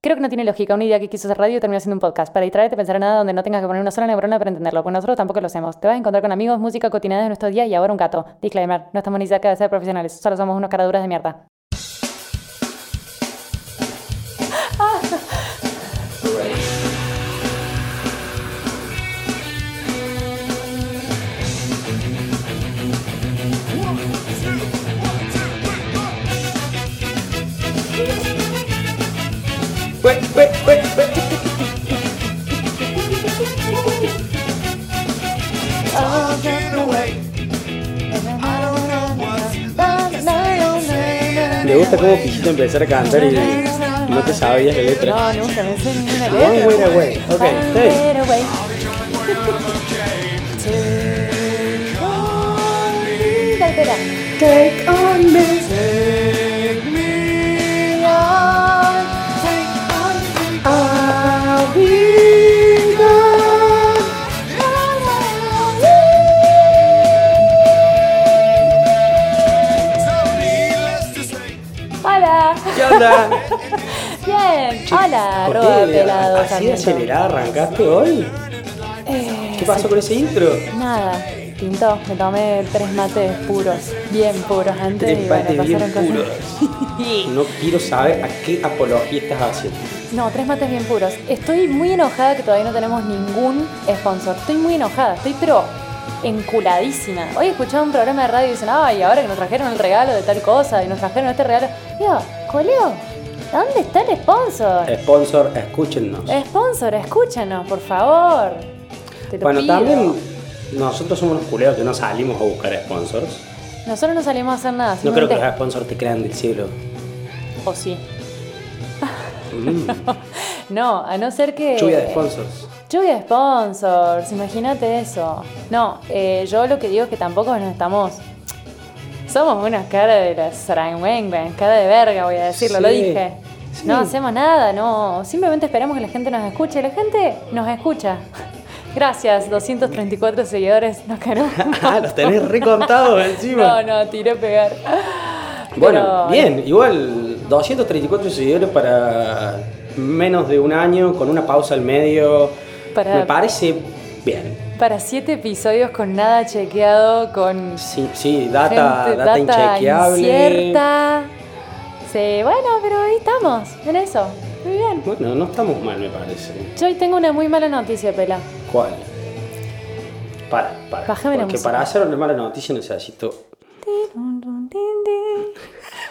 Creo que no tiene lógica. Una idea que quiso hacer radio terminó siendo un podcast. Para distraerte, pensar en nada donde no tengas que poner una sola neurona para entenderlo, pues nosotros tampoco lo hacemos. Te vas a encontrar con amigos, música cotidiana de nuestro día y ahora un gato. Disclaimer, no estamos ni cerca de ser profesionales, solo somos unos caraduras de mierda. Me gusta cómo quisiste empezar a cantar y no te sabías la letra. No, nunca me sé ninguna One way letra. away. Ok, está bien. Far away. Espera, espera. Hola. ¿Qué onda? Bien. Hola, ¿Por arroba qué pelado. así de sarmiento. acelerada arrancaste hoy? Eh, ¿Qué pasó con ese intro? Nada, pintó, me tomé tres mates puros, bien puros antes Tres y bueno, mates bien pasaron cosas. No quiero saber a qué apología estás haciendo. no, tres mates bien puros. Estoy muy enojada que todavía no tenemos ningún sponsor. Estoy muy enojada, estoy pero enculadísima. Hoy escuchaba un programa de radio y dicen, ay, ahora que nos trajeron el regalo de tal cosa y nos trajeron este regalo. Digo, coleo, ¿dónde está el sponsor? Sponsor, escúchennos. Sponsor, escúchanos, por favor. Te lo Bueno, pido. también nosotros somos unos culeros que no salimos a buscar sponsors. Nosotros no salimos a hacer nada, No creo que simplemente- los sponsors te crean del cielo. O sí. Mm, No, a no ser que. lluvia de sponsors. Lluvia de sponsors, imagínate eso. No, eh, yo lo que digo es que tampoco nos estamos. Somos unas caras de la Sarangwengen, cara de verga, voy a decirlo, lo Sí, dije. sí. No hacemos nada, no. Simplemente esperamos que la gente nos escuche. Y La gente nos escucha. Gracias, 234 seguidores, nos queremos. Ah, los tenés recontados No, encima. no, tiré a pegar. Bueno, Pero- bien, igual 234 seguidores para menos de un año, con una pausa al medio. Para- Me parece bien. Para siete episodios con nada chequeado, con Sí, sí, data, Gente- data inchequeable. incierta. Sí, bueno, pero ahí estamos, en eso. Muy bien. Bueno, no estamos mal, me parece. Yo hoy tengo una muy mala noticia, Pela. ¿Cuál? Para, para. Bájame la porque música. para hacer una mala noticia necesito.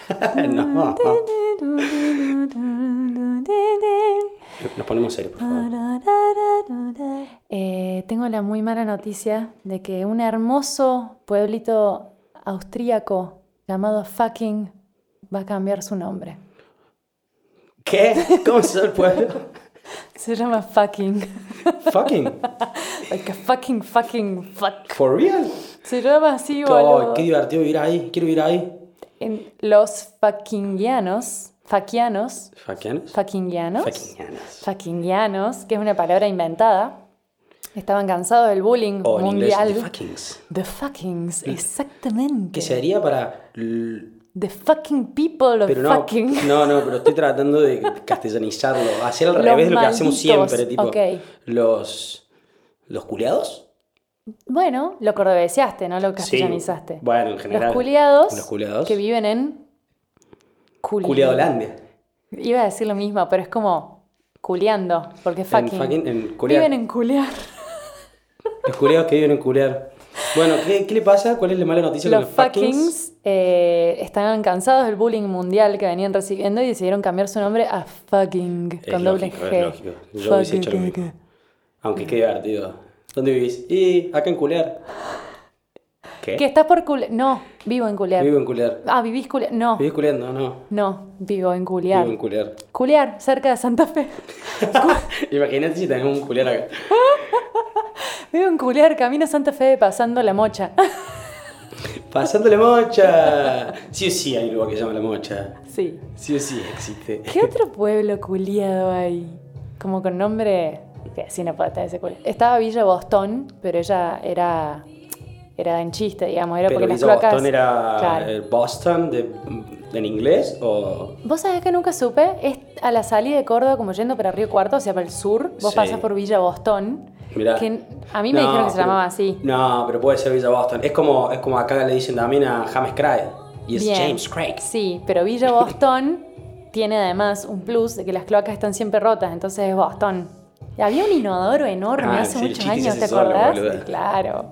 no. Nos ponemos serios, por favor. Eh, tengo la muy mala noticia de que un hermoso pueblito austríaco llamado fucking va a cambiar su nombre. ¿Qué? ¿Cómo se llama el pueblo? Se llama fucking. Fucking. Like a fucking fucking fuck. For real. Se llama así, Oh, boludo. qué divertido vivir ahí. Quiero vivir ahí. En los faquingianos, faquianos, ¿Faquianos? faquingianos, Faquiñanos. faquingianos, que es una palabra inventada, estaban cansados del bullying O en inglés, mundial. the fuckings. The fuckings, exactamente. Que sería para. l- The fucking people of Pero no, fucking. no, no, pero estoy tratando de castellanizarlo, hacer al Los revés de lo que hacemos malditos, siempre, tipo ok. los los culiados. Bueno, lo cordobeseaste, no lo Sí. castellanizaste. Bueno, en general. Los culiados, Los culiados. que viven en culi- Culiadolandia. Iba a decir lo mismo, pero es como culeando, porque En fucking. fucking, en culiar. Viven en culear. Los culiados que viven en culiar. Bueno, ¿qué, qué le pasa? ¿Cuál es la mala noticia Los con los fuckings? fuckings eh, estaban cansados del bullying mundial que venían recibiendo y decidieron cambiar su nombre a fucking Es con doble lógico, G. es lógico. Yo hubiese Fucking, hecho lo mismo. ¿Eh? que- Aunque qué divertido. ¿Dónde vivís? Y acá en culiar. ¿Qué? Que estás por culear. No, vivo en culear. Vivo en culiar. Ah, vivís culear. No, ¿Vivís culiando? No. no, vivo en culear. Vivo en culiar. Culear, cerca de Santa Fe. Imagínate si tenemos un culiar acá. vivo en culear, camino a Santa Fe pasando la mocha. Pasando la mocha. Sí o sí hay un lugar que se llama la mocha. sí. Sí o sí existe. ¿Qué otro pueblo culiado hay? Como con nombre. Que así no puede estar ese culo. Estaba Villa Bostón, pero ella era. Era en chiste, digamos. Era Pero porque las Villa cloacas. Boston era eh, Claro. el Boston de ¿En inglés o...? Vos sabés que nunca supe, es a la salida de Córdoba, como yendo para Río Cuarto, o sea, para el sur, vos Sí. pasas por Villa Bostón. Mirá. Que a mí me dijeron que se pero- llamaba así. No, pero puede ser Villa Boston. Es como, es como acá le dicen también a James Craig. Y es Bien. James Craig. Sí, pero Villa Bostón tiene además un plus de que las cloacas están siempre rotas, entonces es Bostón. Y había un inodoro enorme Ah, hace sí, el muchos chiste años, se ¿te hace solo, acordás? boluda. claro.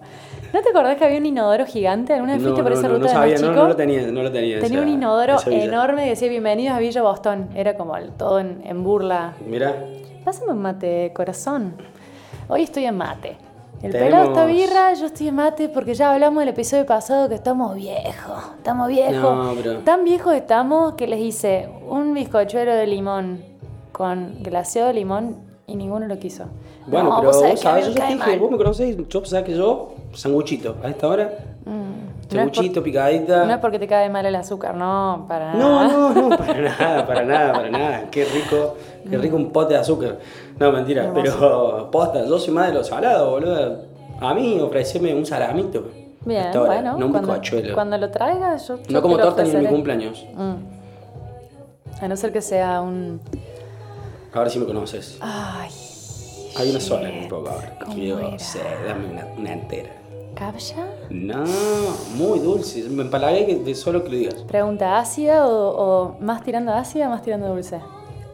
¿No te acordás que había un inodoro gigante? ¿Alguna vez fuiste por esa ruta no de más sabía, no, chico? no lo tenía, no lo tenía. Tenía esa- un inodoro esa villa. enorme que decía bienvenidos a Villa Bostón. Era como el- todo en, en burla. Mirá, Pásame un mate, corazón. Hoy estoy en mate. El Tenemos- pelado está birra, yo estoy en mate porque ya hablamos del episodio pasado que estamos viejos. Estamos viejos. No, pero- Tan viejos estamos que les hice un bizcochuelo de limón con glaseado de limón y ninguno lo quiso. bueno, No, pero vos sabés sabés, que a mí yo me te cae dije, mal. vos me conocés, yo sabés que yo, sanguchito, a esta hora, Mm, No es, por- sanguchito, picadita. no es porque te cae mal el azúcar, no, para nada. No, no, no, para nada, para nada, para nada. Qué rico, qué rico un pote de azúcar. No, mentira, pero posta, yo soy más de los salados, boludo. A mí ofreceme un salamito. Bien, hasta ahora, bueno, no un cuando, bizcochuelo. cuando lo traigas, yo. yo no como te lo torta ni en mi ofreceré. cumpleaños. Mm. A no ser que sea un. A ver si me conoces. Ay. Hay una sola en mi boca ahora. ¿cómo Yo era? sé, dame una, una entera. ¿Capsa? No, muy dulce. Me empalagué que- de solo que lo digas. Pregunta ácida o, o más tirando a ácida, más tirando a dulce.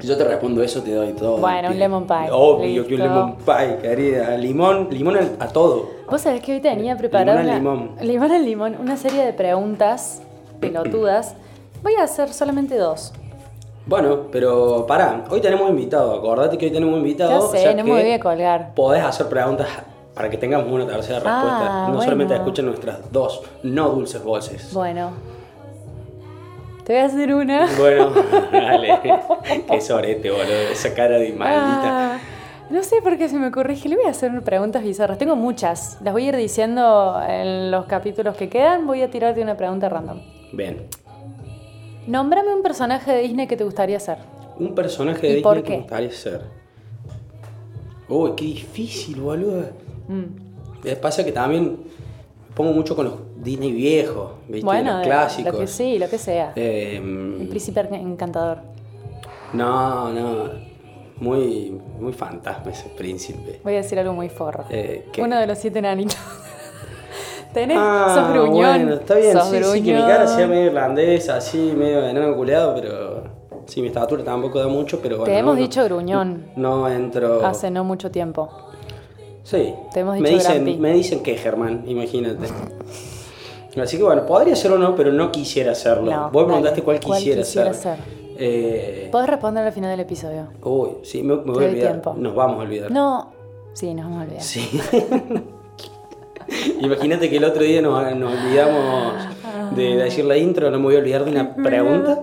Yo te respondo eso, te doy todo. Bueno, un lemon pie. Obvio que un Listo. lemon pie, querida. Limón, limón al- a todo. Vos sabés que hoy tenía preparada. Limón al una- limón. Limón al limón, una serie de preguntas pelotudas. Voy a hacer solamente dos. Bueno, pero pará, hoy tenemos invitado, acordate que hoy tenemos invitado. Ya o sé, sea no me voy que a colgar. Podés hacer preguntas para que tengamos una tercera Ah, respuesta. No solamente bueno. escuchen nuestras dos no dulces voces. Bueno. Te voy a hacer una. Bueno, dale. Qué sorete, boludo. Esa cara de maldita. Ah, no sé por qué se me ocurre. Dije, le voy a hacer preguntas bizarras. Tengo muchas. Las voy a ir diciendo en los capítulos que quedan. Voy a tirarte una pregunta random. Bien. Nómbrame un personaje de Disney que te gustaría ser. Un personaje de ¿Y Disney por que qué? me gustaría ser. Uy, qué difícil, boludo. Mm. Eh, Pasa que también me pongo mucho con los Disney viejos, ¿viste? bueno, los de- clásicos. lo que sí, lo que sea. Em, Un príncipe encantador. No, no. Muy, muy fantasma ese príncipe. Voy a decir algo muy forro. Eh, ¿qué? Uno de los siete nanitos. Tenés, Ah, eh, sos gruñón. Bueno, está bien, sos sí, sí, que mi gruñón. cara sea medio irlandesa, así, medio enano culeado, pero. Sí, mi estatura tampoco da mucho, pero bueno. Te hemos no, dicho gruñón No entro. hace no mucho tiempo. Sí. te hemos me dicho dicen, Grampi. me dicen que Germán, imagínate. Así que bueno, podría serlo o no, pero no quisiera hacerlo. No, Vos me preguntaste dale, cuál ¿cuál quisiera, quisiera ser. ser? Eh, Podés responder al final del episodio. uy, sí, me, me voy doy a olvidar. tiempo. Nos vamos a olvidar. No. Sí, nos vamos a olvidar. Sí. Imagínate que el otro día nos, nos olvidamos de decir la intro, no me voy a olvidar de una pregunta.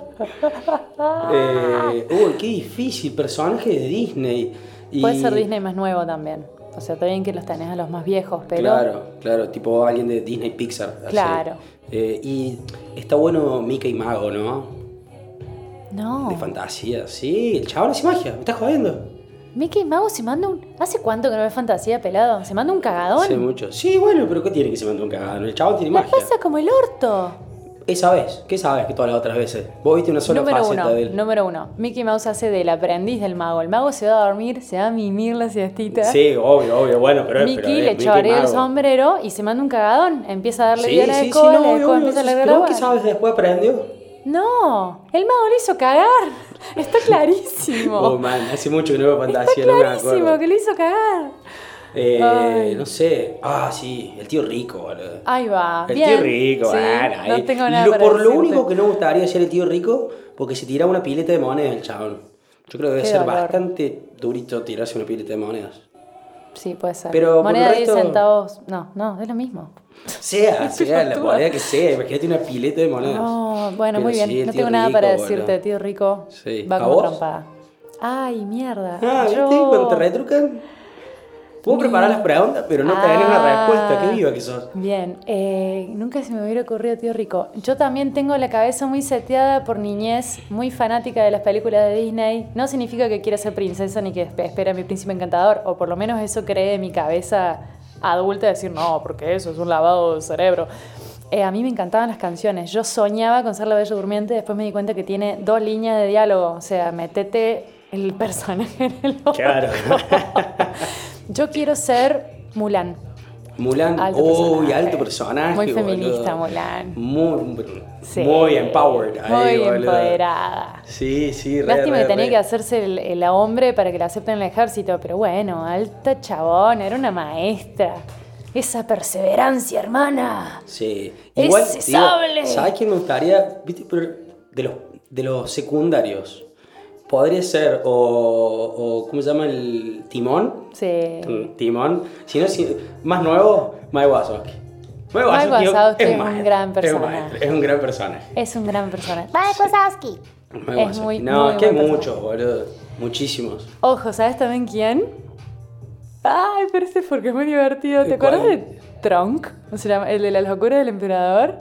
Eh, uy, qué difícil, personaje de Disney. Y- Puede ser Disney más nuevo también. O sea, está bien que los tenés a los más viejos, pero. Claro, claro, tipo alguien de Disney Pixar. así. Claro. Eh, y está bueno Mickey Mago, ¿no? No. De fantasía, sí. El chabón hace magia, me estás jodiendo. Mickey Mouse se manda un. ¿Hace cuánto que no ve fantasía pelado? Se manda un cagadón. Hace mucho. Sí, bueno, pero ¿qué tiene que se mandó un cagado? El chabón tiene La magia. pasa como el orto. Esa vez, ¿qué sabes que todas las otras veces? Vos viste una sola número faceta uno. de él. Número uno. Mickey Mouse hace del aprendiz del mago. El mago se va a dormir, se va a mimir la siestita. Sí, obvio, obvio, bueno, pero Mickey pero, eh, le chorea el Mago. sombrero y se manda un cagadón. Empieza a darle Sí, bien a la sí, sí, escoba, no, la obvio, escoba obvio, empieza a sí, largar pero agua. ¿qué sabes después aprendió? No, el mago lo hizo cagar. Está clarísimo. Oh, man, hace mucho que no veo Está fantasía, no me clarísimo acuerdo. que lo hizo cagar. Eh, Ay. no sé. Ah, sí, el tío rico, boludo. Ahí va. el bien. tío rico, Sí, bueno, ahí. No tengo nada Lo- para Por lo decirte. único que no me gustaría ser el tío rico, porque se tiraba una pileta de monedas el chabón. Yo creo que debe Qué ser dolor. bastante durito tirarse una pileta de monedas. Sí, puede ser. Pero por Moneda el de 10 resto- centavos. No, no, es lo mismo. Sea, sea la pelotudo. moneda que sea, imagínate una pileta de monedas. No, bueno, Pero muy bien. sí, el no tío tengo nada para rico, decirte, boludo. tío Rico. Sí. Va ¿A como vos? trompada. Ay, mierda. Ah, ¿viste? Yo- Cuando te retrucan. Puedo preparar las preguntas, pero no te daré una Ah. respuesta. Qué viva que sos. Bien, eh, nunca se me hubiera ocurrido Tío Rico. Yo también tengo la cabeza muy seteada por niñez, muy fanática de las películas de Disney. No significa que quiera ser princesa ni que espe- espera a mi príncipe encantador, o por lo menos eso cree mi cabeza adulta decir, no, porque eso es un lavado de cerebro. eh, a mí me encantaban las canciones. Yo soñaba con ser la Bella Durmiente, después me di cuenta que tiene dos líneas de diálogo. O sea, metete el personaje en el ojo. Claro. Yo quiero ser Mulan. Mulan, Alto uy, personaje. alto personaje. Muy boludo. feminista, Mulan. Muy, Sí. muy empowered. ahí, Muy boludo. empoderada. Sí, sí, re, Lástima re, que tenía re. que hacerse el, el hombre para que la acepten en el ejército, pero bueno, alta chabón, era una maestra. Esa perseverancia, hermana. Sí. ¡Ese Igual, sable! ¿Sabes quién me gustaría? ¿Viste? Pero de los, de los secundarios. Podría ser o, o ¿cómo se llama? El Timón. Sí. Mm, Timón. Si no, si- más nuevo, Mike Wazowski. Mike Wazowski es un maestro, gran es personaje. maestro, Es un gran personaje. Es un gran personaje. Bye, Kosowski. Mike Es Wazowski. muy- no, muy es que hay buen personaje. muchos, boludo. Muchísimos. Ojo, ¿sabes también quién? Ay, pero este es porque es muy divertido. ¿Te ¿Cuál? acuerdas de Trunk? ¿Cómo se llama? El de la locura del emperador.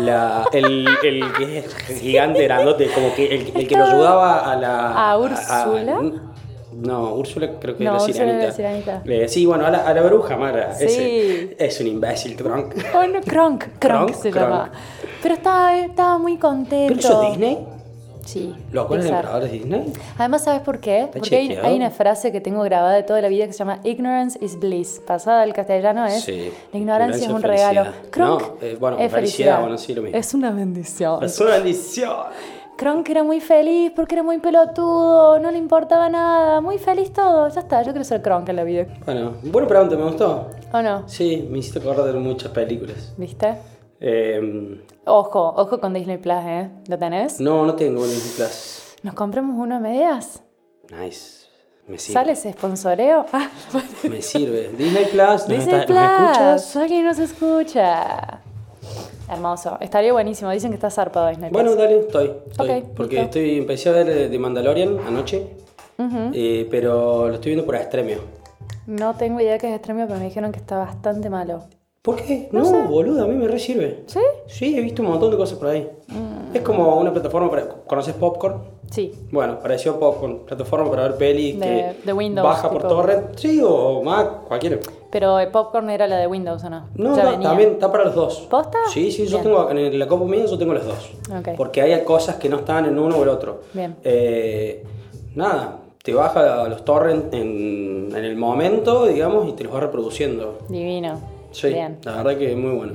La- el, el que es gigante grandote, como que el, el que lo ayudaba a la. ¿A Úrsula? no, Úrsula creo que No, era Úrsula Sirenita. era Sirenita. Eh, sí, bueno, a la, a la bruja Mara. Sí. Ese, es un imbécil, Tronk. Oh, no, Kronk. Kronk Kronk, se Kronk. llamaba. Pero estaba, estaba muy contento. ¿Pero eso es Disney? Sí. ¿Los acuerdas de Pixar. emperador de Disney? Además, ¿sabes por qué? ¿Está Porque hay, chequeado? hay una frase que tengo grabada de toda la vida que se llama Ignorance is bliss. Pasada al castellano es Sí. La ignorancia Ignorancia es un es regalo. felicidad. Kronk No, eh, bueno, es felicidad, felicidad. bueno, sí, lo mismo. Es una bendición. Es una bendición. Kronk era muy feliz porque era muy pelotudo, no le importaba nada, muy feliz todo. Ya está, yo quiero ser Kronk en la vida. Bueno, buena pregunta, me gustó. ¿O no? Sí, me hiciste acordar de muchas películas. ¿Viste? Eh, Ojo, ojo con Disney Plus, ¿eh? ¿Lo tenés? no, no tengo Disney Plus. ¿Nos compramos uno a medias? Nice. Me sirve. ¿Sale ese sponsoreo? Ah, Me sirve. Disney Plus, ¿nos, Disney está- ¿nos escuchas? Plus, alguien nos escucha. Hermoso, estaría buenísimo. Dicen que está zarpado Disney Plus. Bueno, dale, estoy. estoy. Ok, porque listo. estoy, empecé a ver The Mandalorian anoche, eh, pero lo estoy viendo por Astremio. No tengo idea que es extremo, pero me dijeron que está bastante malo. ¿Por qué? No, boludo, a mí me re sirve. ¿Sí? Sí, he visto un montón de cosas por ahí. Mm. Es como una plataforma para... ¿Conoces Popcorn? Sí. Bueno, pareció Popcorn, plataforma para ver pelis De- que de Windows, baja por tipo. torrent, sí, o Mac, cualquiera. Pero el popcorn era la de Windows, ¿o no? No, Ya no, venía. también está para los dos. ¿Posta? Sí, sí, yo Bien. tengo, en la copa mía yo tengo los dos. Ok. Porque hay cosas que no están en uno o el otro. Bien. Eh, nada, te baja los torrents en, en el momento, digamos, y te los va reproduciendo. Divino. Sí, Bien. la verdad que es muy bueno.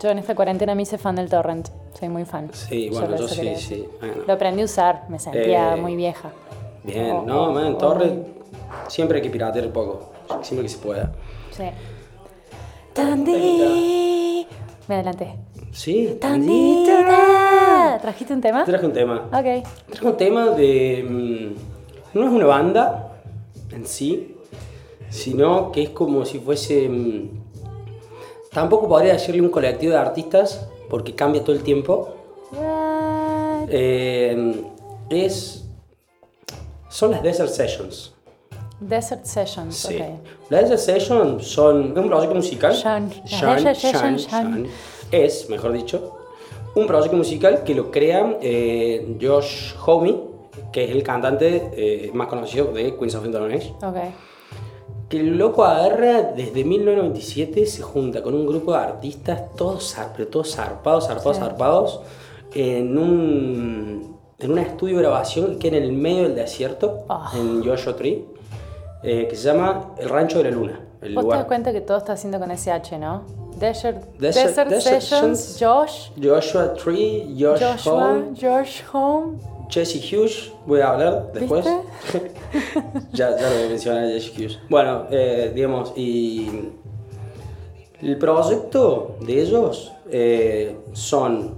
Yo en esta cuarentena me hice fan del torrent. Soy muy fan. Sí, Solo bueno, yo eso sí, quería decir. sí. Bueno, Lo aprendí a usar, me sentía Eh, muy vieja. bien, o- no, o- man, o- torrent, siempre hay que piratear un poco, siempre que se pueda. Sí. Tandí. Me adelanté. Sí, Tandita. ¿Trajiste un tema? Traje un tema. Ok. Traigo un tema de. mm, No es una banda en sí, sino que es como si fuese. mm, Tampoco podría decirle un colectivo de artistas, porque cambia todo el tiempo. What? Eh, es. Son las Desert Sessions. Desert Sessions. Sí. Ok. Las Desert Sessions son. Es un proyecto musical. Son. Las Desert Sessions son. son. Es, mejor dicho, un proyecto musical que lo crea eh, Josh Homme, que es el cantante eh, más conocido de Queens of the Stone Age. Ok. Que el loco agarra desde 1997, se junta con un grupo de artistas, todos, zar- pero todos zarpados, zarpados, Sí. zarpados, en un, en un estudio de grabación que era en el medio del desierto, Ah. en Yosho Tree, eh, que se llama El Rancho de la Luna. Vos El te das lugar. cuenta que todo está haciendo con SH, ¿no? Desert, Desert- Desert Desert Sessions, Sessions. Josh, Joshua Tree, Josh Joshua, Home, Josh Home. Jesse Hughes, voy a hablar después. ya, ya lo voy a mencionar a Jesse Hughes. Bueno, eh, digamos, y el proyecto de ellos eh, son,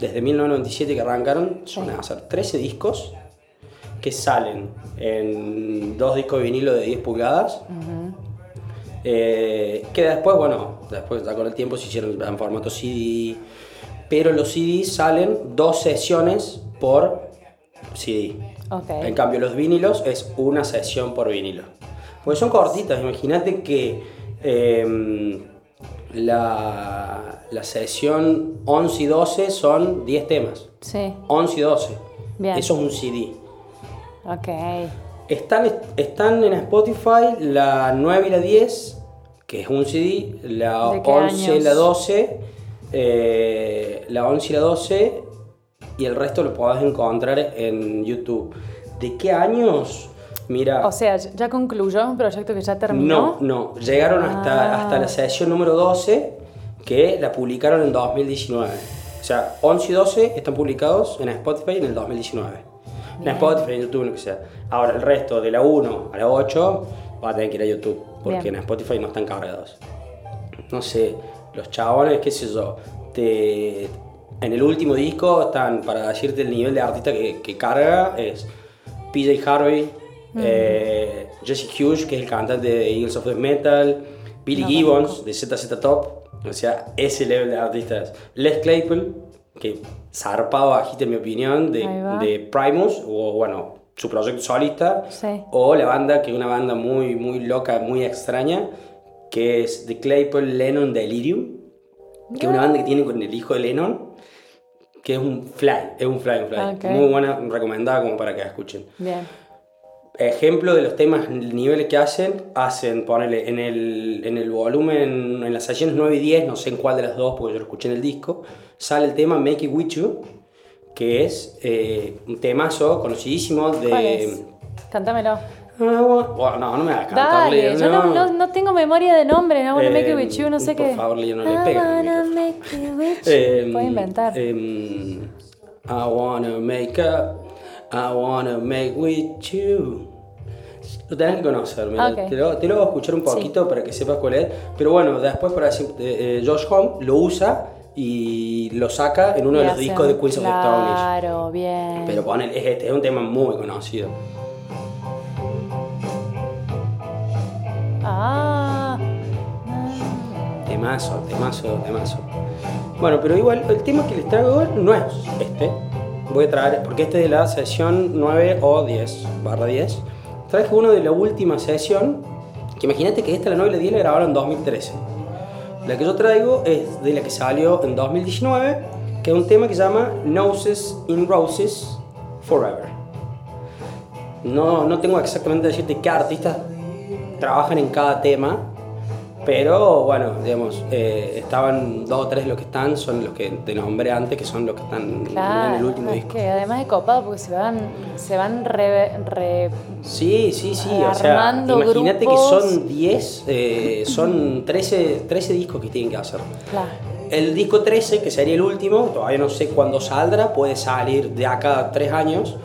desde 1997 que arrancaron, son a hacer 13 discos que salen en dos discos de vinilo de 10 pulgadas. Eh, que después, bueno, después ya con el tiempo se hicieron en formato CD. Pero los CDs salen dos sesiones por CD. Ok. En cambio, los vinilos es una sesión por vinilo. Porque son cortitas, imagínate que eh, la, la sesión 11 y 12 son 10 temas. Sí, 11 y 12. Bien. Eso es un CD. ok. Están, están en Spotify la 9 y la 10, que es un CD, la ¿De qué 11, años? la 12, eh, la 11 y la 12, y el resto lo podés encontrar en YouTube. ¿De qué años? Mira, O sea, ya concluyó un proyecto que ya terminó. no, no, llegaron hasta, Ah. hasta la sesión número 12, que la publicaron en 2019. O sea, 11 y 12 están publicados en Spotify en el 2019. En Spotify, en YouTube, en lo que sea. Ahora, el resto de la 1 a la 8 va a tener que ir a YouTube, porque Bien. en Spotify no están cargados no sé, los chabones, qué sé yo, te, en el último disco están, para decirte el nivel de artista que, que carga, es PJ Harvey, eh, Jesse Hughes, que es el cantante de Eagles of Death Metal, Billy No Gibbons, de ZZ Top, o sea, ese level de artistas. Les Claypool, que zarpado bajita en mi opinión, de, Ahí va. de Primus, o bueno, su proyecto solista, Sí. o la banda, que es una banda muy, muy loca, muy extraña, que es The Claypole Lennon Delirium, que es una banda que tiene con el hijo de Lennon, que es un fly, es un fly, un fly. Ah, Ok. Muy buena, recomendada como para que la escuchen. Bien. Ejemplo de los temas, niveles que hacen, hacen, ponele, en el, en el volumen, en las sesiones 9 y 10, no sé en cuál de las dos, porque yo lo escuché en el disco, sale el tema Make It With You, que es eh, un temazo conocidísimo de... ¿Cuál es? Cantámelo. Ah, Bueno, no, no me hagas cantarle. Eh, Dale, yo no, no, no tengo memoria de nombre, no wanna make it with you, no sé por qué. favor, Leo, no le I pegues al wanna micrófono. make it with you. Em, Puedo inventar. em, I wanna make up, I wanna make with you. Lo tenés que conocer, mira, Ok. te, lo, te lo voy a escuchar un poquito para que sepas cuál es. Pero bueno, después para decirte, eh, Josh Home lo usa y lo saca en uno de Y los hacen- discos de Queens of the Stone Age. Claro, bien. Pero ponele, es este, es un tema muy conocido. Ah. Temazo, temazo, temazo. Bueno, pero igual, el tema que les traigo hoy no es este. Voy a traer, porque este es de la sesión 9 o 10, barra 10. Traje uno de la última sesión, que imagínate que esta, la 9 y la 10, la grabaron en 2013. La que yo traigo es de la que salió en 2019, que es un tema que se llama Noses in Roses Forever. No, no tengo exactamente decirte qué artistas trabajan en cada tema, pero bueno, digamos, eh, estaban dos o tres los que están, son los que te nombré antes, que son los que están en Claro, el último es disco. que además es copado porque se van, se van re, re- Sí, sí, sí, o sea, Armando imagínate que grupos. son 10, eh, son 13, 13 discos que tienen que hacer. claro, El disco 13, que sería el último, todavía no sé cuándo saldrá, puede salir de acá a tres años.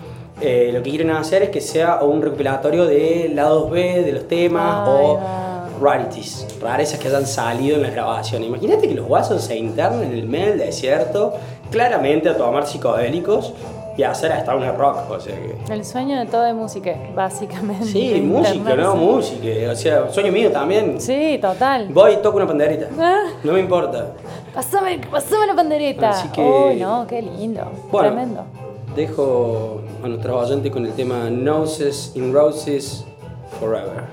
Eh, lo que quieren hacer es que sea un recopilatorio de lados B de los temas Ahí o va. rarities, rarezas que hayan salido en la grabación. Imagínate que los guasos se internen en el medio del desierto, claramente a tomar psicodélicos y a hacer hasta una rock. O sea que... el sueño de todo música, básicamente. Sí, música, ¿no? Internarse. Música. O sea, sueño mío también. Sí, total. Voy y toco una panderita. Ah. No me importa. Pasame, pasame la pandereta. Así que- Uy, no, qué lindo. Bueno, Tremendo. Dejo a nuestros oyentes con el tema Noses in Roses Forever.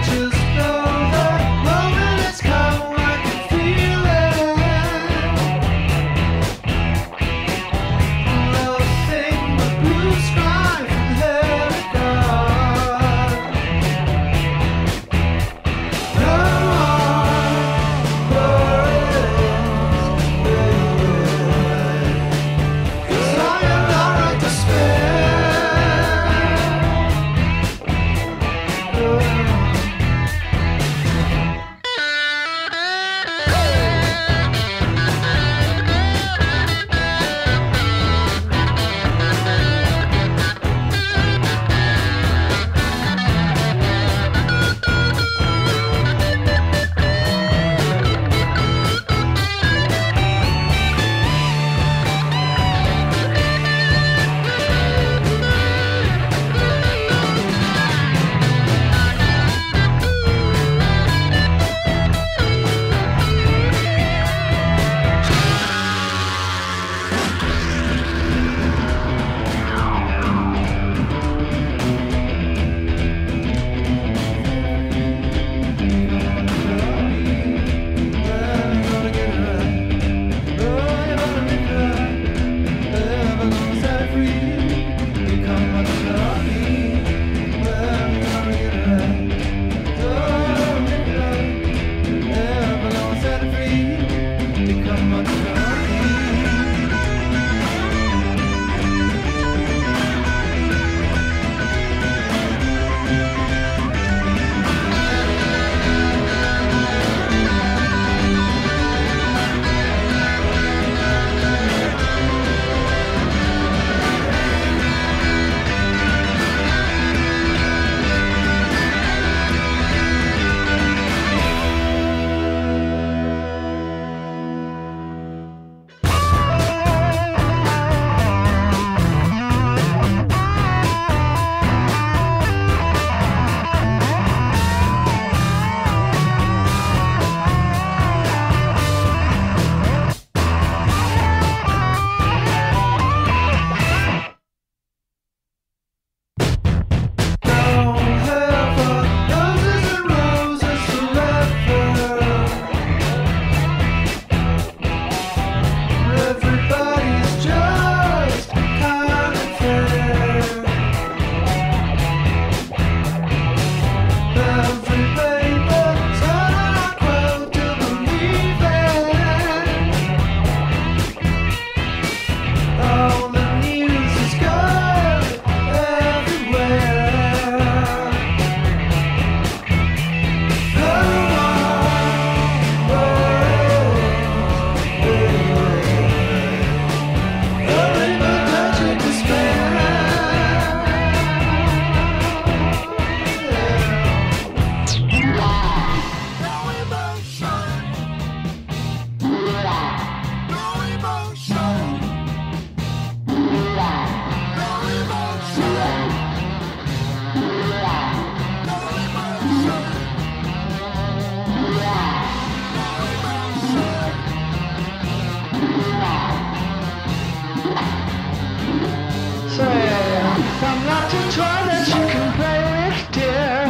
Thank Oh, oh. such a toy that you can play with, dear.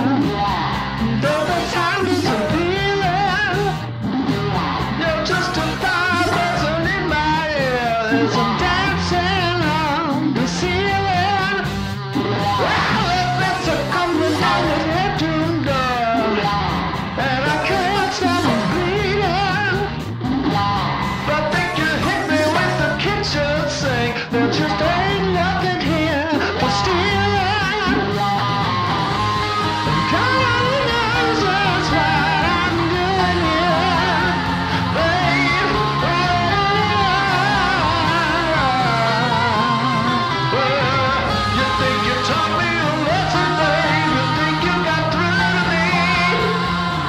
Though the time is a feeling, you're just a thought buzzing in my ear. There's a dancing on the ceiling. Well, if it's a comfort I would hate to endure. And I can't stop bleeding. But they can hit me with the kitchen sink. There just ain't nothing here for stealing. God knows that's what I'm doing here, babe. Well, you think you taught me a lesson, babe? You think you got through to me?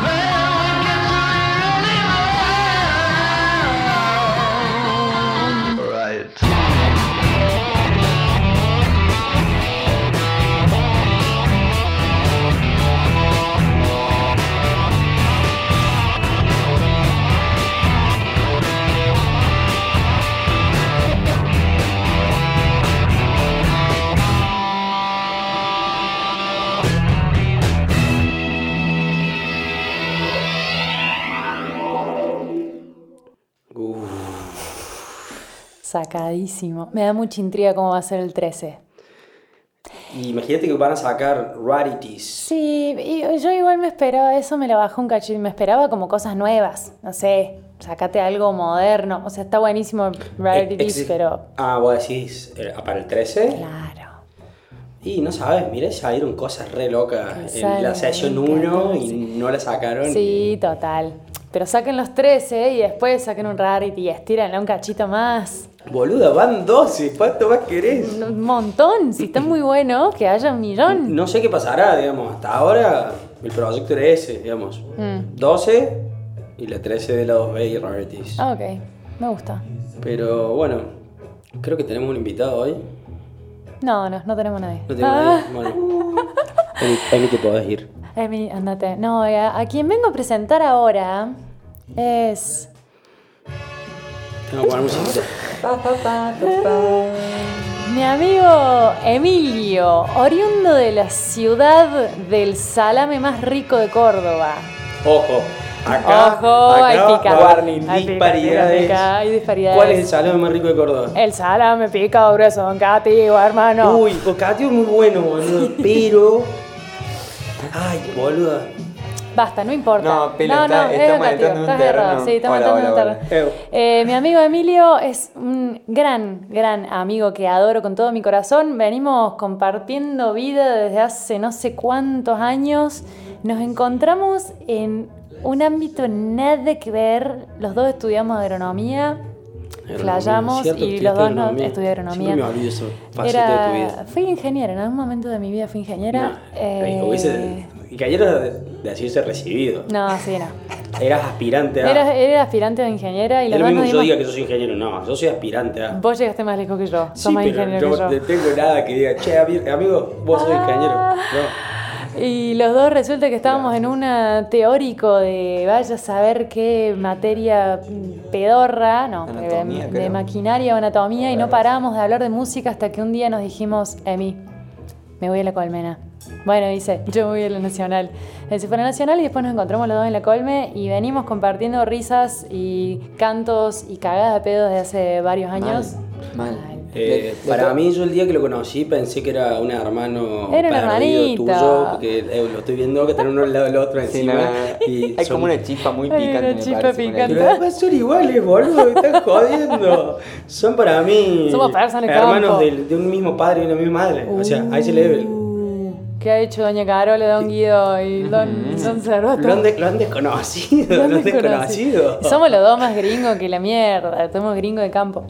Well, I can't do it anymore. Right. Uf. Sacadísimo. Me da mucha intriga cómo va a ser el 13. Y imagínate que van a sacar rarities. Sí, y- yo igual me esperaba eso, me la bajó un cachín. Me esperaba como cosas nuevas. No sé, sacate algo moderno. O sea, está buenísimo Eh, Rarities, Ex- pero. Ah, vos decís, eh, para el 13. Claro. Y no sabes, mirá, salieron cosas re locas. Que En salen, la sesión que 1 y hacen. no la sacaron. Sí, total. Pero saquen los 13 y después saquen un Rarity y estírenla un cachito más. Boluda, van 12, ¿cuánto más querés? Un montón. Si está muy bueno, que haya un millón. No sé qué pasará, digamos, hasta ahora el proyecto era ese, digamos. Mm. 12 y la 13 de la 2B y Rarities. Ah, ok. Me gusta. Pero bueno, creo que tenemos un invitado hoy. No, no, no tenemos nadie. No tengo Ah. nadie. Bueno, Emi, Emi, te podés ir. Emi, andate. No, eh, a, a quien vengo a presentar ahora es. Tengo que poner musiquita. Mi amigo Emilio, oriundo de la ciudad del salame más rico de Córdoba. Ojo, acá, Ojo, acá hay pica. warning, Hay pica, disparidades. pica, pica, hay disparidades. Eh, ¿Cuál es el salón más rico de Córdoba? El salame pica grueso, don Cativo, hermano. Uy, Bocatio es muy bueno, boludo, pero... Ay, boluda. Basta, no importa. No, Pilo, está- es educativo, estamos entrando en un estás terreno. errado, Sí, estamos Hola, entrando hola, en un hola. terreno. Eu. Eh, mi amigo Emilio es un gran, gran amigo que adoro con todo mi corazón. Venimos compartiendo vida desde hace no sé cuántos años. Nos encontramos en un ámbito nada que ver. Los dos estudiamos agronomía. Flayamos Cierto, y estudiaste los dos no agronomía. estudié agronomía. Siempre me olvido esa faceta Era- de tu vida. Fui ingeniera, en algún momento de mi vida fui ingeniera. No, Eh, hubiese- y que ayer era de de asirse recibido. no, sí, no. Eras aspirante a. Era, era aspirante de ingeniera y es los lo dos mismo nos que yo dimos... diga que sos ingeniero, no, yo soy aspirante a. Vos llegaste más lejos que yo, sos Sí, más pero ingeniero yo que no yo. tengo nada que diga, che, ami- amigo, vos sos ingeniero. Ah. No. Y los dos resulta que estábamos en un teórico de vaya a saber qué materia pedorra, no, eh, Anatomía, de, de creo. maquinaria o anatomía, y no parábamos de hablar de música hasta que un día nos dijimos, Emi, me voy a la colmena. Bueno, dice, yo voy a la Nacional. Él se fue a la Nacional y después nos encontramos los dos en la colme y venimos compartiendo risas y cantos y cagadas de pedos de hace varios años. Mal. Eh, De- de para todo- mí, yo el día que lo conocí pensé que era un hermano Era un perdido hermanito. tuyo, porque eh, lo estoy viendo que tienen uno al lado del otro Sí, encima. no, no. y hay son- como una chispa muy Hay picante. una me chispa parece, con la- Pero además son iguales, boludo, me estás jodiendo. Son para mí Somos personas de hermanos campo. del- de un mismo padre y una misma madre. O sea, a ese level. Uh. ¿Qué ha hecho Doña Carola, Don Guido y Don, don Cervato? Lo han, de- lo han desconocido, lo han desconocido. Somos los dos más gringos que la mierda, somos gringos de campo.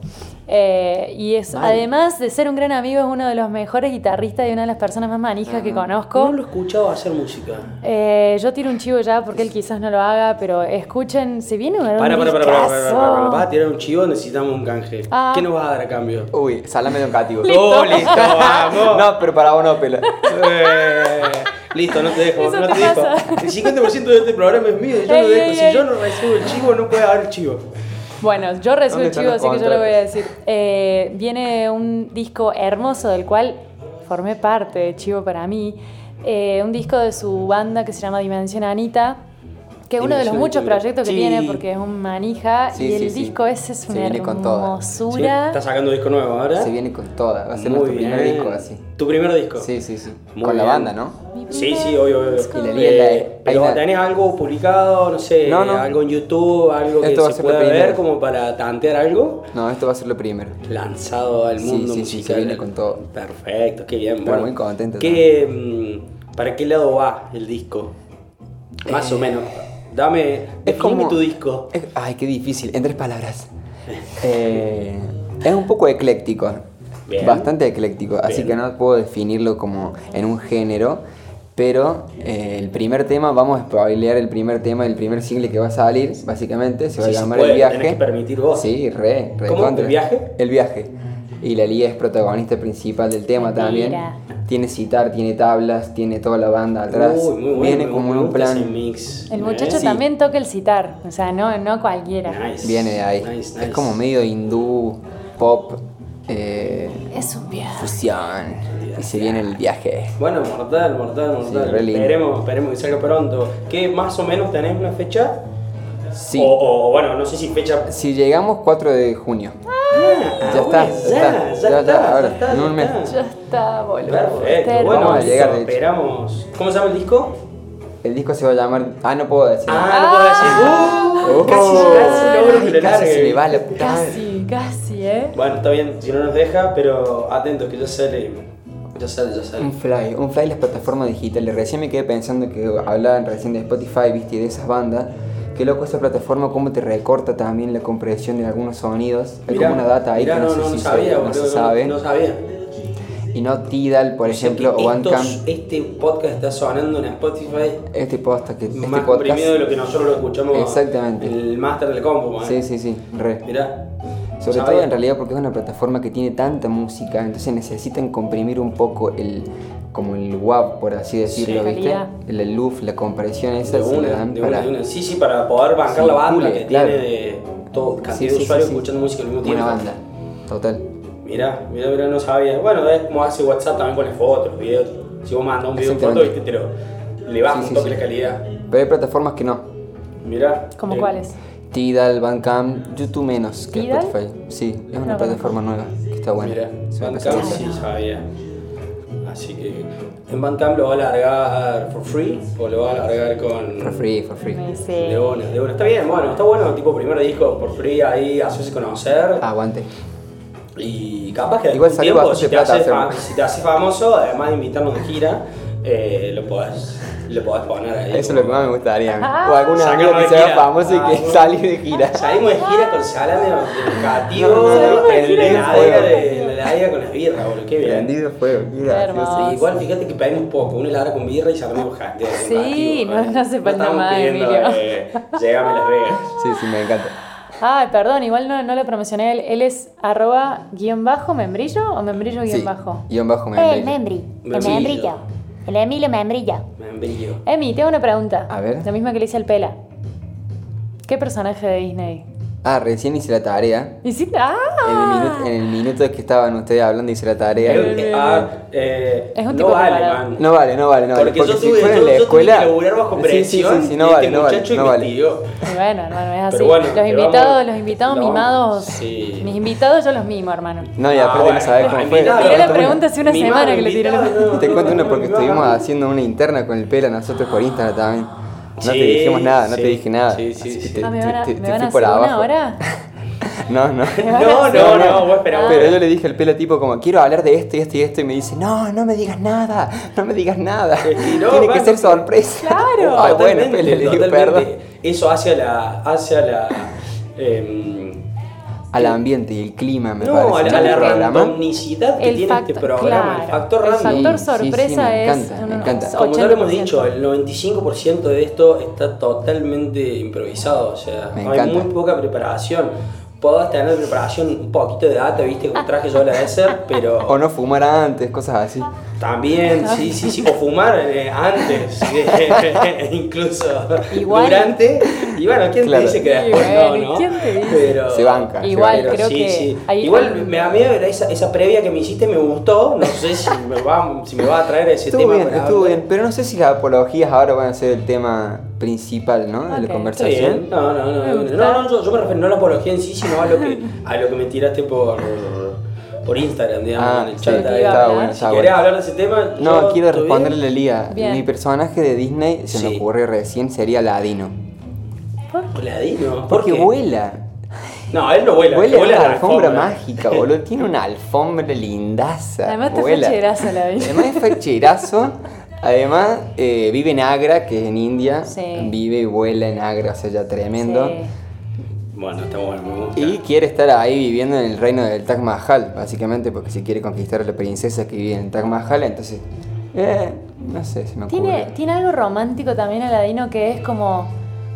Eh, y es, además de ser un gran amigo, es uno de los mejores guitarristas y una de las personas más manijas que No conozco. lo he escuchado hacer música. Eh, yo tiro un chivo ya porque él quizás no lo haga, pero escuchen, se viene un Para, para, para, para, para, para, para, para. Vas a discazo. tirar un chivo, necesitamos un canje. Ah. ¿Qué nos vas a dar a cambio? Uy, salame de un cativo. Listo. ¡Oh, listo, vamos! No, pero para vos no, Pilo. Eh, listo, no te dejo, Eso no te te, dejo. pasa. El 50% de este programa es mío, yo Ey, no ey, dejo. Si ey. yo no recibo el chivo, no puede haber chivo. Bueno, yo recibo el ¿Dónde están chivo, los así que yo lo voy a contratos? decir. Eh, viene un disco hermoso del cual formé parte de Chivo para mí, eh, un disco de su banda que se llama Dimensión Anita, que es uno de los Dimensión muchos Anita. proyectos que Sí. tiene porque es un manija y Sí, sí, el sí. disco ese es Se una viene con toda. Sí, hermosura. Está sacando disco nuevo ahora. Se viene con toda. Va a ser Muy nuestro primer bien. disco así. ¿Tu primer disco? Sí, sí, sí. Muy con la bien. banda, ¿no? Mi Sí, primer sí, obvio, obvio. disco. Y la Eh, Hay una- pero hay una- tenés algo publicado, no sé, No, no. algo en YouTube, algo Esto va a que se ser lo pueda ver primero. como para tantear algo No, esto va a ser lo primero. lanzado al Sí, mundo sí, sí, musical. se viene con todo. Perfecto, qué bien. Pero bueno, muy contento ¿qué, mm, ¿Para qué lado va el disco? Más o menos. Dame, Eh, Es definime como- tu disco. es- ay, qué difícil. En tres palabras. Eh, es un poco ecléctico. Bien. Bastante ecléctico. Así Bien. que no puedo definirlo como en un género. Pero eh, el primer tema, vamos a spoilear el primer tema del primer single que va a salir, básicamente. Se va Sí, a se llamar puede, El lo Viaje. tenés que permitir vos. Sí, re, re ¿Cómo? ¿El contra. viaje? El Viaje. Y la Lía es protagonista principal del tema también. Mira. Tiene citar, tiene tablas, tiene toda la banda atrás. Uy, muy bueno. Viene me- como me en un gusta ese plan. mix. El muchacho Eh, Sí. también toca el citar, o sea, no, no cualquiera. Nice, Viene de ahí. nice, Es nice. como medio hindú, pop, eh, Es un viaje. fusión. Y se viene el viaje. Bueno, mortal, mortal, mortal. re lindo. esperemos, esperemos que salga pronto. ¿Qué más o menos tenés una fecha? Sí. O, o, bueno, no sé si fecha. Si llegamos 4 de junio. Ah, ya ahora, está, ya está, ya está, ahora, está, en un mes. Ya está, boludo. Perfecto, Termo. bueno, Vamos a llegar, de hecho. esperamos. ¿Cómo se llama el disco? El disco se va a llamar. Ah, no puedo decir. Ah, no puedo decir. Uh, Oh. casi, casi logro que Ay, le casi largue. se le va la puta madre. Casi, casi, ¿eh? Bueno, está bien, si no nos deja, pero atentos que ya sale. Ya sale, ya sale. Un fly, un fly las plataformas digitales. Recién me quedé pensando que hablaban recién de Spotify, viste, y de esas bandas. Qué loco esta plataforma, cómo te recorta también la compresión de algunos sonidos. Hay Mirá, como una data ahí mirá, que no, no, sé no, si no se- sabía, no boludo, se sabe. No, sabía. Y no Tidal, por ejemplo, o Estos- Bandcamp. Este podcast está sonando en Spotify Este posta que este más podcast. comprimido de lo que nosotros lo escuchamos Exactamente. en el máster del compu. Sí, ¿eh? sí, sí, re. Mirá. Sobre Sabía. todo en realidad porque es una plataforma que tiene tanta música, entonces necesitan comprimir un poco el como el WAV, por así decirlo, Sí, ¿viste? calidad. El, el loof, la compresión esa De se la una, dan de para una, de una. Sí, sí, para poder bancar la banda circule, que claro. tiene de todo, cantidad Sí, de sí, sí, usuarios sí. escuchando música al mismo tiempo. una banda. Total. Mirá, mirá, mirá, no sabía. Bueno, es como hace WhatsApp también con las fotos, los videos. Si vos mandas un video en foto, viste, Exactamente. te lo le baja Sí, un sí, toque sí. la calidad. Pero hay plataformas que no. Mirá. ¿Como eh, cuáles? Tidal, Bandcamp, YouTube menos que ¿Tidal? Spotify. Sí, es una No, plataforma nueva que está buena. Mirá, Se va a empezar a Bandcamp usar. sí sabía. Así que en Bandcamp lo va a largar for free o lo va a largar con For free, for free. Me De dice. una, de una. Está bien, bueno, está bueno, tipo primer disco por free ahí, hacerse conocer. Ah, Aguante. Y capaz que Igual algún salió tiempo, bastante si te, plata haces hacerlo. fa- si te haces famoso, además de invitarnos de gira, eh, lo, podés, lo podés poner ahí. Eso es lo que más me gustaría. a mí. Ah. O alguna Sacarlo amiga de que se haga gira. famosa Ah, y que bueno. salga de gira. Salimos de gira con salame educativo, No, no, no, en prendido la fuego. heladera de- en la heladera con las birras, boludo, qué bien. Prendido fuego, mira. Hermoso. Sí, igual fíjate que pedimos poco, una heladera con birra y salame educativo. Sí, no- no hace falta estamos más, pidiendo, Emilio. eh, Llegame a Las Vegas. Sí, sí, me encanta. Ay, perdón, igual no, no lo promocioné. Él, él es arroba guión bajo membrillo o membrillo guión Sí, bajo. Eh, Guión bajo me El encanta. membri, el Membrillo. membrillo. El Emilio membrillo. Me embrillo. Emi, te hago una pregunta. A ver. La misma que le hice al Pela. ¿Qué personaje de Disney? Ah, recién hice la tarea. ¿Hiciste? ¡Ah! En el, minuto, en el minuto que estaban ustedes hablando hice la Creo tarea. que- ah, eh, Es un no tipo vale, preparado. man. No vale, no vale, no vale. Porque, yo si tuve, fuera en yo- la yo tuve escuela. que laburar bajo sí, sí, presión sí, sí, no y vale, este no muchacho vale, no vale. investigó. Y bueno, hermano, es así. Pero bueno, los que invitados, vamos- los invitados lo vamos- mimados. sí. Mis invitados yo los mimo, hermano. Ah, No, y Ah, aparte no sabés cómo fue. Tiré Te la cuento pregunta hace una semana que le tiré la una- Te cuento una porque estuvimos haciendo una interna con el pela nosotros por Instagram también. No Sí, te dijimos nada, no sí, te dije nada. sí, sí, Así que sí. te- Ah, ¿Me te- van a, te- me te van a fui hacer por una abajo. hora? No, no. No, no, no, vos esperá. Pero yo le dije al pela tipo como quiero hablar de esto y esto y esto y me dice, no, no me digas nada, no me digas nada. Sí, no, Tiene que vamos. ser sorpresa. Claro. Ay, bueno, Totalmente, pela, le digo totalmente. perdón. Eso hacia la. Hacia la em, Al ambiente y el clima me no, a parece. la, a ¿no? la El programa. randomnicidad que tiene fact- este programa, el factor el random. factor Sí, sí, sí, me sorpresa es. encanta, un me encanta. Como ya lo hemos 80%. dicho, el 95% de esto está totalmente improvisado, o sea, Me hay encanta. muy poca preparación. Podés tener preparación, un poquito de data, viste, con traje yo la de ser, pero... O no fumar antes, cosas así. También, sí, sí, sí, o fumar eh, antes, incluso Igual. durante. Y bueno, ¿quién Claro. te dice que después Y no, bueno, no? ¿quién te dice? Pero- Se banca, se Igual, banca. creo sí, que sí. ahí- Igual me da miedo, era esa, esa previa que me hiciste me gustó, no sé si me va, si me va a traer ese Estuvo tema. bien, para estuvo hablar. bien, pero no sé si las apologías ahora van a ser el tema principal, ¿no? De Ok, la está Está conversación. bien. No, no, Me no, no, gusta. no, no, yo, yo me refiero no a la apología en sí, sino a lo que, a lo que me tiraste por, por Instagram, digamos, Ah, en el sí, chat. iba a ahí. hablar. bueno, si estaba querés bueno. hablar de ese tema, No, yo quiero estoy bien. responderle a Lía. Bien. Mi personaje de Disney se Sí. me ocurrió recién sería Ladino. Ladino, ¿por Porque qué? vuela. No, él no vuela. Huele a vuela una alfombra, mágica, boludo. Tiene una alfombra lindaza. Además está vuela. facherazo la vida. Además es facherazo. Además eh, vive en Agra, que es en India. Sí. Vive y vuela en Agra, o sea, ya tremendo. Bueno, está bueno, me gusta. Y quiere estar ahí viviendo en el reino del Taj Mahal, básicamente porque si quiere conquistar a la princesa que vive en el Taj Mahal, entonces... Eh, no sé, se me ocurre. Tiene, tiene algo romántico también Aladino que es como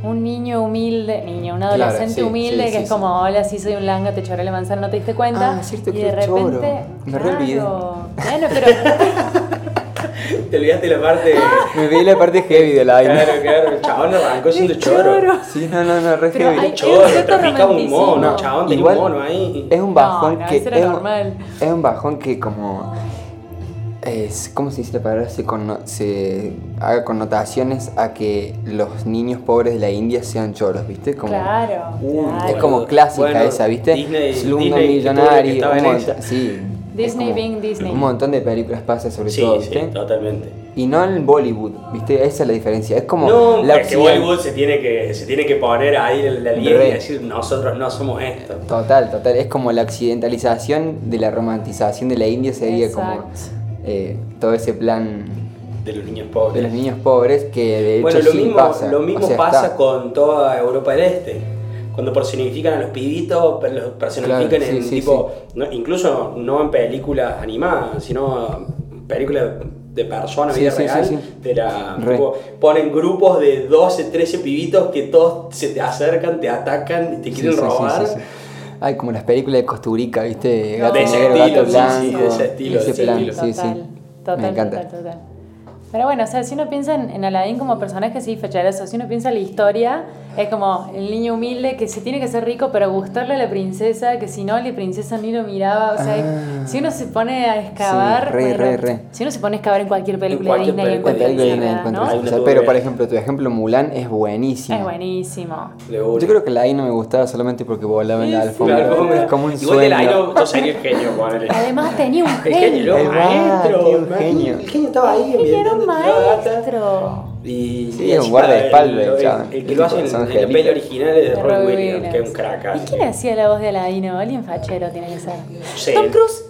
un niño humilde, niño, un Claro, adolescente sí, humilde sí, que sí, es sí. como, hola, sí soy un langa, te choré la manzana, no te diste cuenta. Ah, es cierto y que de es choro. repente. Me re olvidé. Claro. Bueno, pero Te olvidaste la parte. Me vi la parte heavy de la vaina. claro, claro, el chabón arrancó siendo choro. choro. Sí, no, no, no, re Pero heavy. hay- Choro, Es cierto traficaba un romanticismo. mono, chabón, tenía un Igual, mono ahí. Es un bajón No, no, que. eso era es, un- normal. es un bajón que como. Es, ¿Cómo se dice la palabra? Se, conno- se haga connotaciones a que los niños pobres de la India sean choros, ¿viste? Como, claro. Uh, claro. Es como Bueno, clásica bueno, esa, ¿viste? Disney- Slumdog Disney, que Millonary, estaba un en montón, esa. sí. Disney Es como being Disney. Un montón de películas pasa sobre Sí, todo, sí, ¿viste? totalmente. y no en Bollywood, ¿viste? Esa es la diferencia. Es como No, la es que occident- Bollywood se tiene que, se tiene que poner ahí la línea y Re. decir, nosotros no somos esto. Total, total. Es como la occidentalización de la romantización de la India sería como Exacto. eh, todo ese plan De los niños de pobres. los niños pobres que de hecho bueno, lo sí mismo pasa. lo mismo O sea, pasa está. con toda Europa del Este. Cuando personifican a los pibitos, per- los personifican Claro, sí, en sí, tipo, no- incluso no en películas animadas, sino películas de personas, Sí, vida sí, sí, real, sí. de la- Re. tipo, ponen grupos de 12, 13 pibitos que todos se te acercan, te atacan, te Sí, quieren sí, sí, robar. sí, sí. Ay, como las películas de Costurica, ¿viste? No. Gato De ese negro, gato estilo, sí, sí, blanco. de ese estilo, de ese ese plan, estilo. sí, sí. Total, total, Me encanta. total, total. Pero bueno, o sea, si uno piensa en, en Aladdin como personaje, sí, facharazo. Si uno piensa en la historia, es como el niño humilde que se tiene que ser rico, pero gustarle a la princesa, que si no, la princesa ni lo miraba. O sea, Ah. si uno se pone a excavar. Sí, re, bueno, re, re. Si uno se pone a excavar en cualquier película cualquier de Disney, película de Cuenta en algo cualquier y no mierda, encuentro Ahí ¿no? no o sea, tuve pero idea. por ejemplo, tu ejemplo Mulan es buenísimo. Es buenísimo. De una. Yo creo que la I no me gustaba solamente porque volaba en la Sí, sí, alfombra. La alfombra. Es como un Igual de la sueño. Airo, yo sería el genio, ponele. Además tenía un El genio, genio. era Ahí un va, maestro. tío, un ma- genio. El genio estaba ahí. Genio era un evidentemente, tiraba data. maestro. Y, Sí, y un encima guardaespaldas, el- El, chaval. el que lo hace en, Son en la angelitos. peli original es de De Roy Roy Williams, Williams. que es un crack. ¿Y así quién que- hacía la voz de Aladino? Alguien fachero tiene que ser. Sí. Tom Cruise.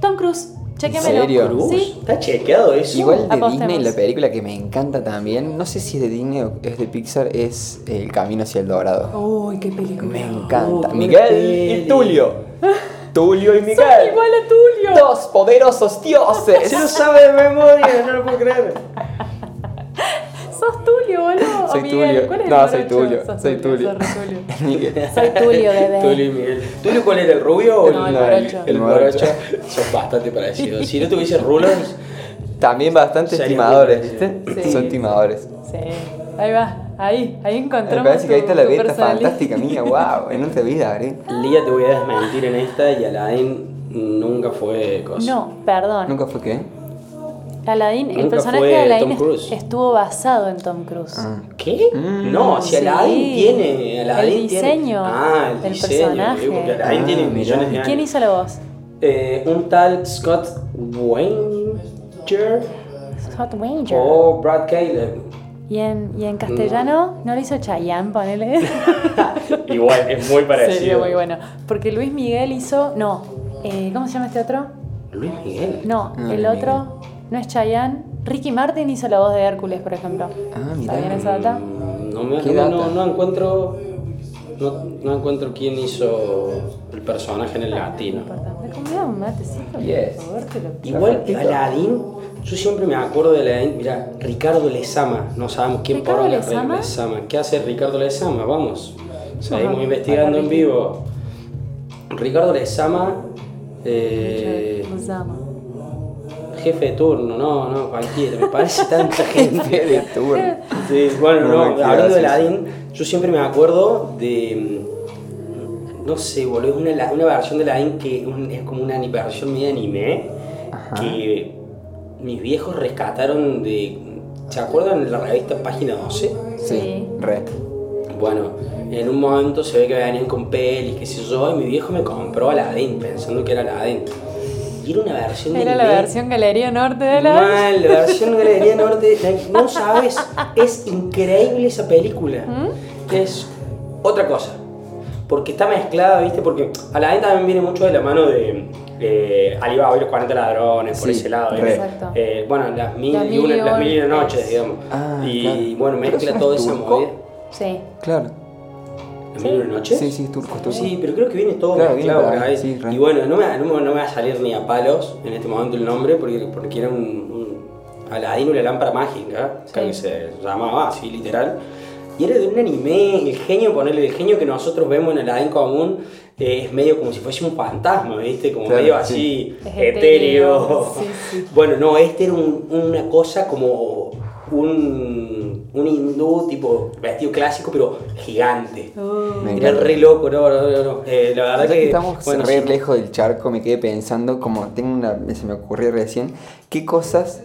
Tom Cruise. Chequémelo. serio? Cruz? Sí. ¿Está chequeado eso? Igual de Apostemos. Disney, la película que me encanta también, no sé si es de Disney o es de Pixar, es El Camino hacia el Dorado. Uy, qué película. Me encanta. Oh, qué Miguel peli. y Tulio. Tulio y Son Miguel. igual a Tulio. Dos poderosos Se lo dioses. sabe de memoria, no lo puedo creer. Sos Tulio, boludo. O Soy Miguel. Tulio. ¿Cuál es el No, soy morocho? Tulio, Sos soy Tulio. sos re Tulio. Miguel. Soy Tulio, bebé. Tulio y Miguel. ¿Tulio cuál era? ¿El rubio o No, el el, morocho. el morocho? Son bastante parecidos. Si no tuviese rulos, También bastante Sería timadores, muy ¿viste? Sí. Son timadores. Sí. Ahí va. Ahí. Ahí encontramos. Me parece que ahí está tu- la tu vida está personalidad. fantástica mía, wow. En otra vida, haré. Lía te voy a desmentir en esta y Alain nunca fue cosa. No, perdón. ¿Nunca fue qué? Aladdin, el Nunca personaje fue de Aladdin Tom es- Cruise. estuvo basado en Tom Cruise. Ah. ¿Qué? Mm, no, si Aladdin sí. tiene. Aladdin El tiene- diseño ah, el del diseño. personaje. porque Aladdin Ah, tiene mirá. millones de ¿Y años. quién hizo la voz? Eh, un tal Scott Wanger Scott Wanger. o Brad Caleb. ¿Y, en, y en castellano no lo hizo Chayanne, ponele. Igual, es muy Sería muy bueno. Porque Luis Miguel hizo. No. eh, ¿Cómo se llama este otro? Luis Miguel. No, No, el Luis otro no es Chayanne. Ricky Martin hizo la voz de Hércules, por ejemplo. Ah, mirá. ¿Está bien esa data? Mm, No, me, ¿Qué no, data? no, no encuentro. No, no encuentro quién hizo el personaje en el latino. Importante. Comida un matecito, Yes. por favor, te lo pido. Igual que Aladdin, yo siempre me acuerdo de Aladdin. Mira, Ricardo Lezama, no sabemos quién ¿Ricardo poronga es Lezama? Lezama. ¿Qué hace Ricardo Lezama? Vamos, seguimos Ajá. investigando en Ajá. vivo. Ricardo Lezama, eh, Los amo. jefe de turno, no, no, cualquiera, me parece tanta gente. de turno. Sí, bueno, No, no, no, hablando claro, de sí, Aladdin, yo siempre me acuerdo de. mm, No sé, boludo, es una, la- una versión de Aladdin que un- es como una ani- versión media anime Ajá. que mis viejos rescataron de. ¿Se acuerdan de la revista Página 12? Sí, re. Bueno, en un momento se ve que venían con pelis, qué sé yo, y mi viejo me compró Aladdin pensando que era Aladdin. Y era una versión de Era la anime versión Galería Norte de la. Mal, la versión Galería Norte. la- No sabes, es increíble esa película. Es otra cosa. Porque está mezclada, ¿viste? Porque a la venta también viene mucho de la mano de eh, Alibaba y los 40 ladrones, por Sí, ese lado. re. ¿viste? Exacto. Eh, bueno, las mil, Las y una, mil las mil y una noches. noches, digamos. Ah, y claro. bueno, ¿Pero eso mezcla no toda es esa turco? movida. Sí. Claro. ¿Las mil y una noches? Sí, sí, es turco, es turco. Sí, pero creo que viene todo Claro, mezclado viene por para- ahí. sí, re. y bueno, no me, no, me- no me va a salir ni a palos en este momento el nombre porque, porque era un, un Aladino, la lámpara mágica, creo que se llamaba así, literal. Y era de un anime, el genio, ponerle el genio que nosotros vemos en Aladdin común eh, es medio como si fuese un fantasma, ¿viste? Como Claro, medio sí. así, Es etéreo. etéreo, sí, sí. Bueno, no, este era un- una cosa como un, un hindú tipo vestido clásico, pero gigante. Me Era encanta. re loco, no, no, no, no. Eh, la La verdad verdad que. que estamos bueno, re sí. lejos del charco, me quedé pensando, como tengo una, se me ocurrió recién, qué cosas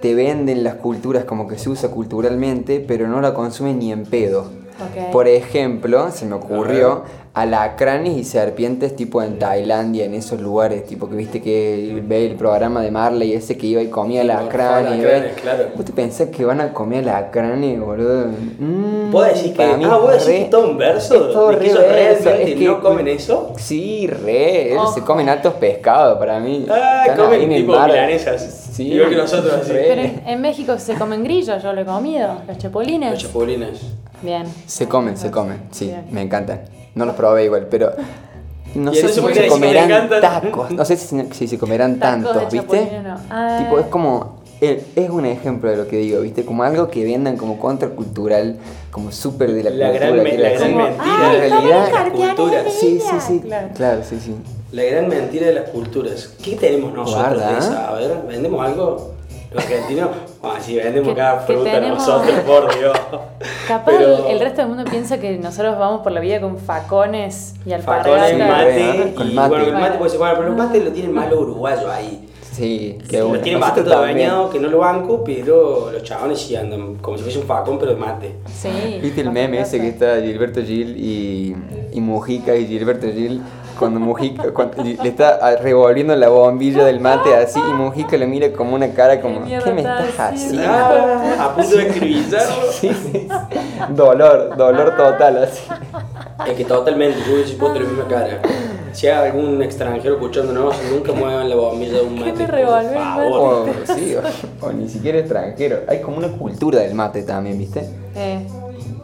te venden las culturas como que se usa culturalmente, pero no la consumen ni en pedo. Ok. Por ejemplo, se me ocurrió alacranes y serpientes tipo en Tailandia, en esos lugares, tipo que viste que ve el programa de Marley ese que iba y comía Sí, alacranes. alacranes, ¿ves? claro. ¿Vos te pensás que van a comer alacranes, boludo? Mm, ¿Vos decís que. para mí Ah, vos decís re- que es todo un verso. es todo de que re ellos verso, realmente es que- no comen eso. Sí, re, ellos se Ojo. comen altos pescados para mí. Ah, Están comen ahí en el tipo mar. milanesas, Sí. igual que nosotros, así. Re. Pero en, en México se comen grillos, yo lo he comido. Los chapolines. Los chapulines. Bien. Se comen, se comen, sí, Bien. me encantan. No los probé igual, pero no Y sé entonces, si ¿por qué se decís que me comerán encantan? tacos, no sé si, si se comerán Tacos de tantos, ¿viste? chapulines, no. Ah. Tipo, es como, eh, es un ejemplo de lo que digo, ¿viste? Como algo que vendan como contracultural, como súper de la, La cultura. gran, me- que la era gran como- mentira "Ay, de comen la carne, cultura. me- Sí, sí, sí, Claro. claro, sí, sí. La gran mentira de las culturas. ¿Qué tenemos nosotros Guarda, de ¿eh? esa? A ver, ¿vendemos algo? Los argentinos. Ah, sí, vendemos Que- cada que fruta tenemos- nosotros, por Dios. Capaz Pero- el resto del mundo piensa que nosotros vamos por la vida con facones y alpargatas. Facones, mate. Sí, Y con bueno, mate. el mate puede ser bueno, pero el mate lo tienen más los uruguayos ahí. Sí, Que qué lo bueno. tienen Nosotros bastante también. bañado, que no lo banco, pero los chabones sí andan como si fuese un facón, pero de mate. Sí. ¿Viste el meme ese que está Gilberto Gil y, y Mujica y Gilberto Gil cuando Mujica cuando le está a- revolviendo la bombilla del mate así y Mujica le mira como una cara como mierda ¿qué me está estás haciendo?" haciendo? Ah, a punto de escribillarlo. Sí, sí. Dolor, Ah. dolor total así. Es que totalmente, yo hubiese puesto la misma cara. Si hay algún extranjero escuchándonos, nunca muevan la bombilla de un ¿Qué mate. me por revolvió el favor. O, sí, o, o ni siquiera extranjero. Hay como una cultura del mate también, ¿viste? Eh,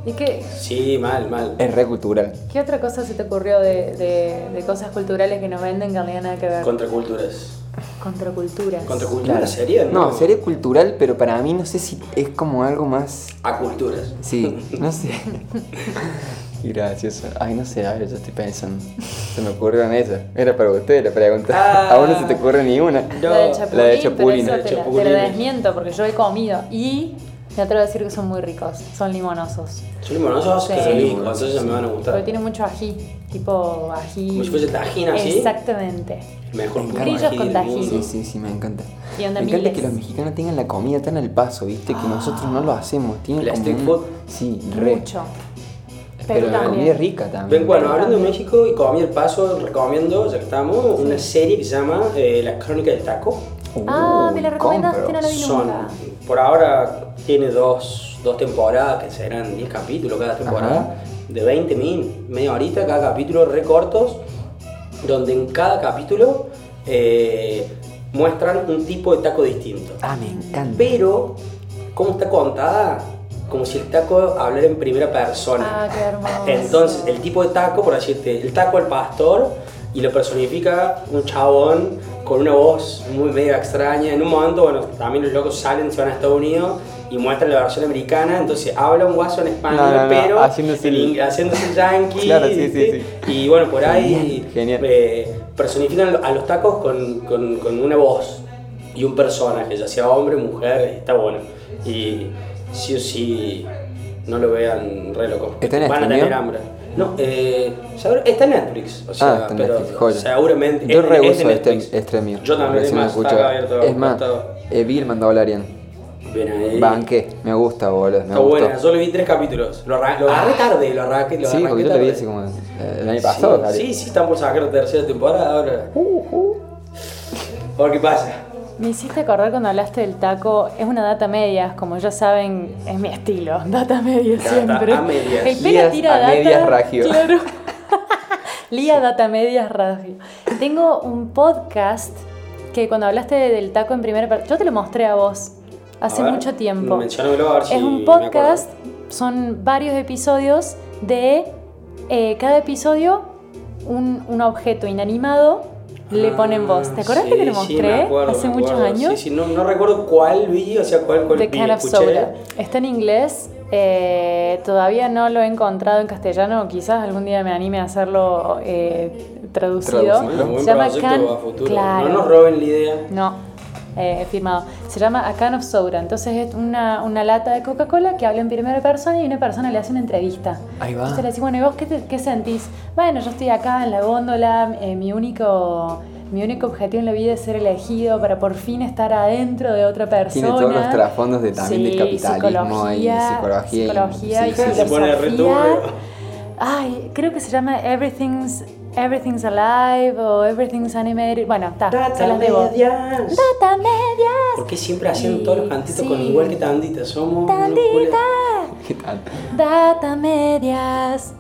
¿Y qué, Sí, mal, mal. Es re cultural. qué otra cosa se te ocurrió de, de- de cosas culturales que nos venden que no tienen nada que ver? Contraculturas. Contraculturas. Contraculturas sería, ¿no? No, sería cultural, pero para mí no sé si es como algo más A culturas. Sí, no sé. Gracias. Ay, no sé, a ver, yo estoy pensando. Se me ocurrieron esas. Era para usted la pregunta. Ah. a uno se te ocurre ni una. la del chapulín, la de pero chapulín. esa te, la- te Chapulines. la desmiento porque yo he comido y me atrevo a decir que son muy ricos, son limonosos. Son limonosos que Sí. son ricos, entonces me van a Porque gustar. tiene mucho ají, tipo ají. Como si fuese tajín así. Exactamente. El mejor Con pulmón grillos aquí con del tajín. mundo. Sí, sí, sí, me encanta. Y Me onda encanta miles. que los mexicanos tengan la comida tan al paso, ¿viste? Que nosotros no lo hacemos. Tienen La como street un- food. Sí, re. Mucho. Pero Perú la también. comida es rica también. Ven, bueno, hablando de México y comida el paso, recomiendo, ya que estamos, una serie que se llama eh, La Crónica del Taco. Ah, me la Uy, recomendaste, Uh, compro. no la vi Son, nunca. por ahora tiene dos, dos temporadas, que serán 10 capítulos cada temporada, de 20 mil, media horita cada capítulo, recortos, donde en cada capítulo eh, muestran un tipo de taco distinto. Ah, me encanta. Pero, ¿cómo está contada? Como si el taco hablara en primera persona. Ah, qué hermoso. Entonces, el tipo de taco, por decirte, el taco al pastor y lo personifica un chabón con una voz muy medio extraña. En un momento, bueno, también los locos salen, se van a Estados Unidos y muestran la versión americana. Entonces, habla un guaso en español, No, no, no, pero haciéndose en el- ing- haciéndose el yankee. Claro, sí, sí, ¿viste? Y bueno, por ahí Genial, genial. eh, personifican a los tacos con, con- con una voz. y un personaje, ya sea hombre o mujer, está bueno. Y sí o sí, no lo vean re loco. ¿Está en Van a streaming? tener hambre. No, eh, seguro- está en Netflix. O sea, ah, está en pero Netflix, joya. Seguramente. Yo es- re es de uso este, Netflix. este mío. Yo también, es Recién lo más, está escuchaba. acá abierto. Es más, costado. eh, vi el Mandalorian. Bien ahí. Banqué, me gusta, boludo. Eh, Me Está gustó. buena, yo lo vi tres capítulos. Lo, arran- lo agarré tarde, lo arranqué, lo Sí, arranqué porque yo lo tarde. vi así como eh, el año pasado. Sí, tal vez. sí, sí, están por sacar la tercera temporada ahora. Porque pasa. Me hiciste acordar cuando hablaste del taco, es una data medias, como ya saben, es mi estilo, data media Data siempre. a medias. El pela Lías tira a data. medias ragio. Claro. Lía data medias radio. Tengo un podcast que cuando hablaste del taco en primera persona, yo te lo mostré a vos hace A ver, mucho tiempo. Mencionamelo a ver si es me un acuerdo. podcast, son varios episodios de eh, cada episodio un, un objeto inanimado le Ah, ponen voz. ¿Te acuerdas sí, que te lo sí, mostré me acuerdo, hace me muchos acuerdo. años? Sí, sí, no, no recuerdo cuál vi, o sea, cuál, cuál The vi, Can of escuché. Soda. Está en inglés. eh, todavía no lo he encontrado en castellano. Quizás algún día me anime a hacerlo eh, traducido. Traducido. Bueno, buen Se llama proyecto Can- a futuro. Claro. No nos roben la idea. No, eh, firmado. Se llama A Can of Soda. Entonces es una, una lata de Coca-Cola que habla en primera persona y una persona le hace una entrevista. Ahí va. Entonces le decís, bueno, ¿y vos qué, te- qué sentís? Bueno, yo estoy acá en la góndola, eh, mi único... Mi único objetivo en la vida es ser elegido para por fin estar adentro de otra persona. Tiene todos los trasfondos de, también Sí, del capitalismo y psicología, psicología. y- psicología y sí, sí, Se sí. pone re filosofía. turbio. Ay, creo que se llama Everything's, Everything's Alive o Everything's Animated. Bueno, está, se las debo. medias. Data medias. ¿Por qué siempre Sí, hacen todos los cantitos con sí. igual que tanditas? Somos una locura. Tandita. ¿Qué tal? Data medias.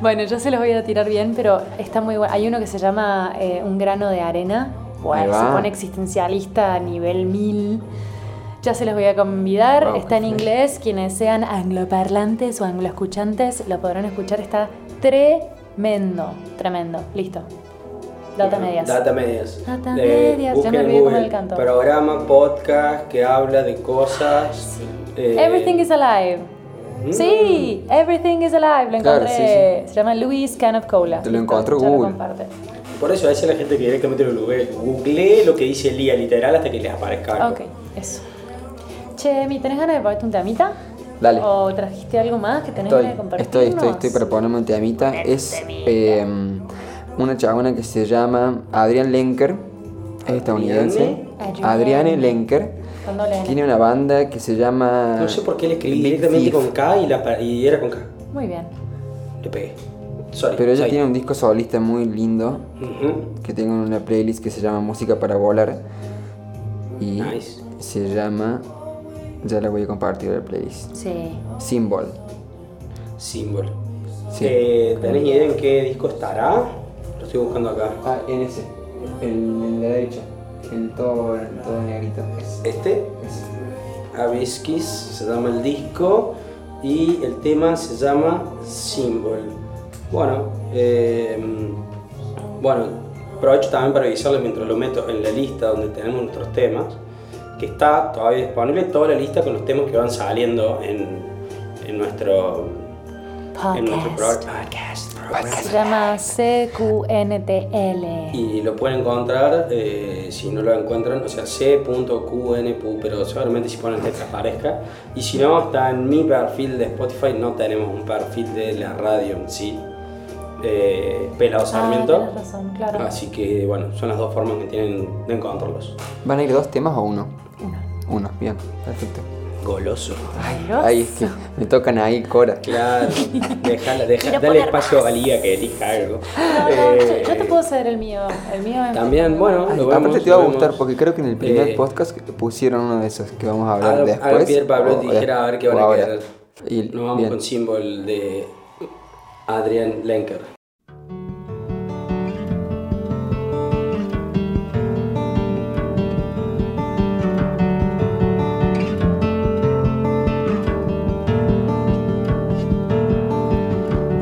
Bueno, yo se los voy a tirar bien, pero está muy bueno. Hay uno que se llama eh, Un grano de arena. Ahí Bueno, va. se pone existencialista a nivel mil. Ya se los voy a convidar. Wow, está en perfecto. inglés. Quienes sean angloparlantes o angloescuchantes lo podrán escuchar. Está tremendo, tremendo. Listo. Data medias. Data medias. Eh, Data medias, ya busquen me en olvidé cómo Google, el canto. Programa, podcast que habla de cosas. eh, Everything is alive. Mm. Sí, Everything is alive. Lo Claro, encontré. sí, Se llama Luis Can of Cola. Te lo Listo, encontró ya lo Google. comparte. Por eso a veces la gente que directamente lo google- googlee lo que dice Lía literal hasta que les aparezca algo. Ok, eso. Che, ¿mi tenés ganas de ponerte un temita? Dale. ¿O trajiste algo más que tenés Estoy, ganas de compartir? estoy, estoy, estoy para ponerme un temita. Es eh, una chabona que se llama Adrián Lenker. Es estadounidense. Adriane. Adriane Lenker. Ah, Con doble N. Tiene una banda que se llama. No sé por qué le escribí Big directamente Thief, con K y, la pa- y era con K. Muy bien. Le pegué. Sorry. Pero ella sorry. tiene un disco solista muy lindo. Ujú. Que tengo en una playlist que se llama Música para Volar. Y Nice. se llama. Ya la voy a compartir la playlist. Sí. Symbol. Símbolo. Sí. Eh, ¿Tenés idea en qué disco estará? Lo estoy buscando acá. Ah, en ese. El, de la derecha. El todo, todo negrito. Este, Aviskis, se llama el disco y el tema se llama Symbol. Bueno, eh, bueno, aprovecho también para avisarles mientras lo meto en la lista donde tenemos nuestros temas, que está todavía disponible toda la lista con los temas que van saliendo en, en nuestro en nuestro pro- Podcast. podcast, programa. Se llama CQNTL. Y lo pueden encontrar, eh, si no lo encuentran, o sea, c.qnpu, pero seguramente si ponen que aparezca. Y si no, está en mi perfil de Spotify, no tenemos un perfil de la radio en sí, eh, Pelado Ah, Sarmiento. Ah, tenés razón, claro. Así que, bueno, son las dos formas que tienen de encontrarlos. ¿Van a ir dos temas o uno? Uno. Uno, bien, perfecto. Goloso. Ah. Dios. Ahí es que me tocan ahí Cora. Claro, déjala, deja- Quiero dale poner espacio a Lía que elija algo. No, no, yo, Eh, yo te puedo ceder el mío. El mío es. También, bueno, Ay, lo aparte vemos, te va a lo gustar vemos. porque creo que en el primer Eh, podcast pusieron uno de esos que vamos a hablar Ahora- ahora después. Pierre Pablo o- dijera a ver qué van o a ahora. querer. Y, Nos vamos bien. con símbolo de Adrian Lenker.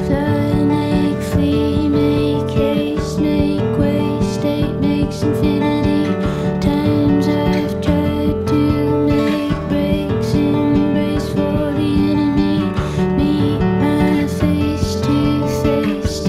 Fly, make, flee, make haste, make way, state makes infinity. Times I've tried to make breaks, embrace for the enemy. Meet my face to face,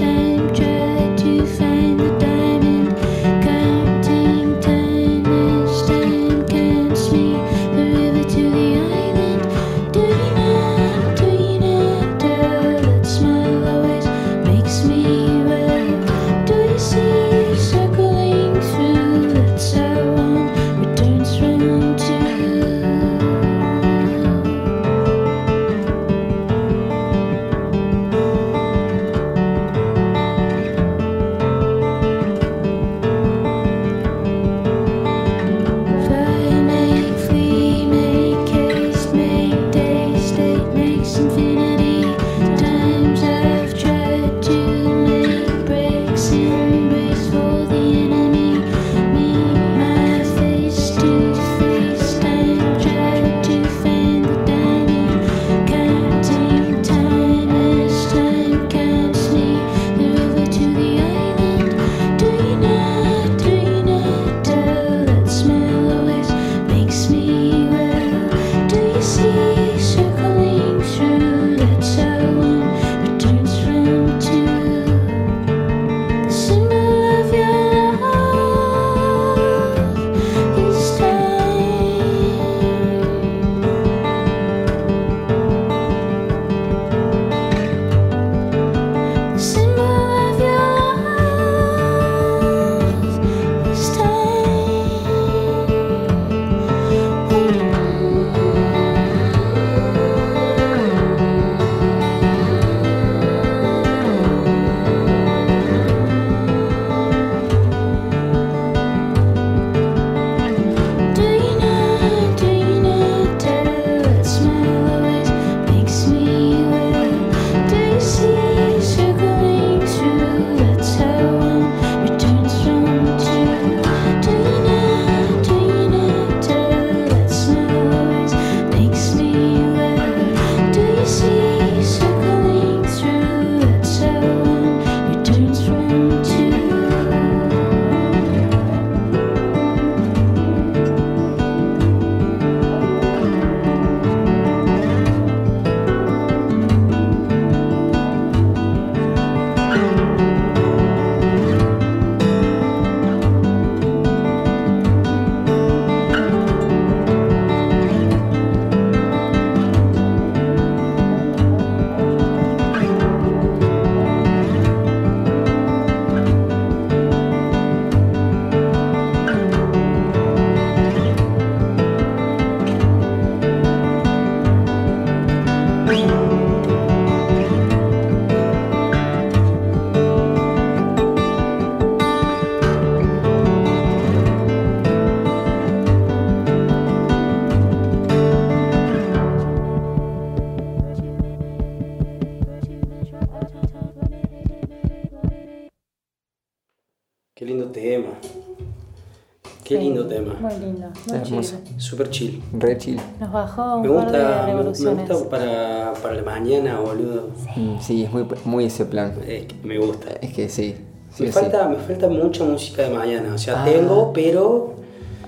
tema. Muy lindo, muy Es hermoso. chido. Súper chill. Re chill. Nos bajó un Me par de gusta, me- me revoluciones. gusta para, para la mañana, boludo. Mm, Sí, es muy, muy ese plan. Es que me gusta. Es que sí. sí Ah. me, o sí. falta, me falta mucha música de mañana. O sea, tengo, pero.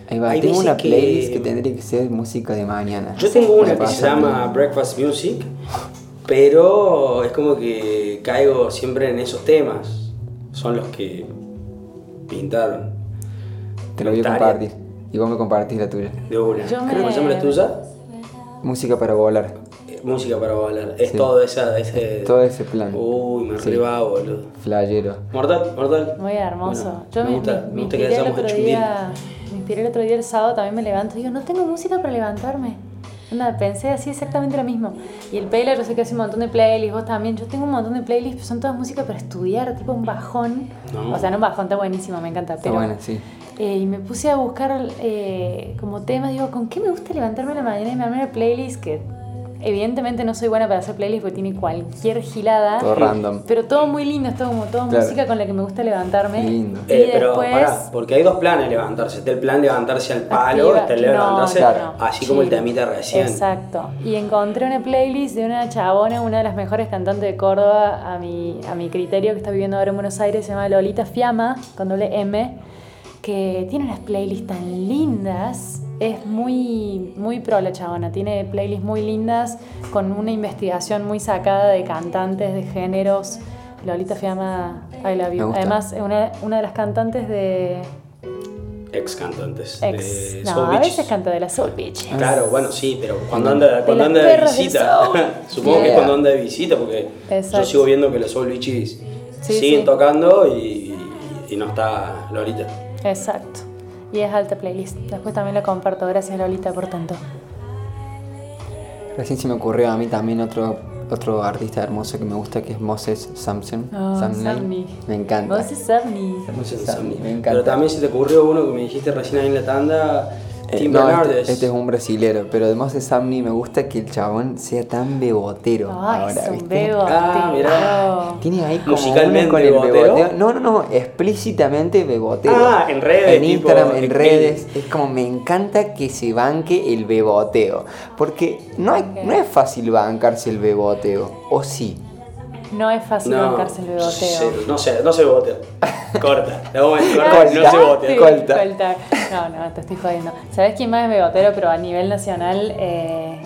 Ahí va. hay Tengo veces una playlist que... tendría que ser música de mañana. Yo tengo una Me que se pasa. llama Breakfast Music, pero es como que caigo siempre en esos temas. Son los que pintaron. Te la voy a Tarea. compartir. Y vos me compartís la tuya. De una. Yo Creo que me- se llama la tuya. Música para volar. eh, Música para volar. Es Sí. todo esa, ese. Todo ese plan. Uy, me Sí. arriba, boludo. Flayero. Mortal, mortal. Muy hermoso. Bueno, Yo me me, gusta, me- me me gusta que inspiré el hayamos otro hecho un bien. día. Me inspiré el otro día el sábado, también me levanto y digo, no tengo música para levantarme. Onda, pensé así exactamente lo mismo. Y el Pela, yo sé que hace un montón de playlists, vos también. Yo tengo un montón de playlists, pero son todas música para estudiar, tipo un bajón. No. O sea, no un bajón, está buenísimo, me encanta. Está Pero, buena, sí. eh, y me puse a buscar eh, como temas, digo, ¿con qué me gusta levantarme a la mañana y me armé una playlist que evidentemente no soy buena para hacer playlist porque tiene cualquier gilada. Todo random. Pero todo muy lindo, es todo como todo Claro. música con la que me gusta levantarme. Lindo. Y Eh, pero después, pará, porque hay dos planes levantarse. Está el plan levantarse al palo, activa- está el no, levantarse no, no, así como el chill. temita recién. Exacto. Y encontré una playlist de una chabona, una de las mejores cantantes de Córdoba, a mi, a mi criterio, que está viviendo ahora en Buenos Aires, se llama Lolita Fiamma, con doble M, que tiene unas playlists tan lindas. Es muy, muy pro la chabona, tiene playlists muy lindas, con una investigación muy sacada de cantantes, de géneros. Lolita Fiamma, I love Me you. gusta. Además, es una, una de las cantantes de Ex cantantes. Ex. de no, Soul a Beaches. veces canta de la Soul Beach. Claro, Ah. bueno, sí, pero cuando anda, cuando las anda de perras del soul. visita. Supongo que Yeah. es cuando anda de visita, porque Exacto. yo sigo viendo que los Soul Beaches Sí, siguen sí. tocando y, y no está Lolita. Exacto. Y es alta playlist. Después también la comparto. Gracias, Lolita, por tanto. Recién se me ocurrió a mí también otro, otro artista hermoso que me gusta que es Moses Samson. Oh, Samney. Me encanta. Vos es Samni. No sé, Sammy, Sammy. me encanta. Pero también se te ocurrió uno que me dijiste recién ahí en la tanda, Eh, Tim no, Bernardes. este, este es un brasilero, pero de Moses Samney me gusta que el chabón sea tan bebotero Ay, ahora, es un ¿viste? bebo. Ah, mirá. tío. Tiene ahí como Musicalmente una con el bebotero. beboteo. No, no, no, explícitamente bebotero. Ah, en redes, En tipo, Instagram, en en redes. Es como me encanta que se banque el beboteo. Porque no, hay- no es fácil bancarse el beboteo. O sí. No es fácil bancarse el beboteo. se- no sé, no se botea. Corta. La vamos a cortar, Ah, no se sí, botea. Colta. Colta. No, no, te estoy jodiendo. ¿Sabés quién más es bebotero, pero a nivel nacional? eh,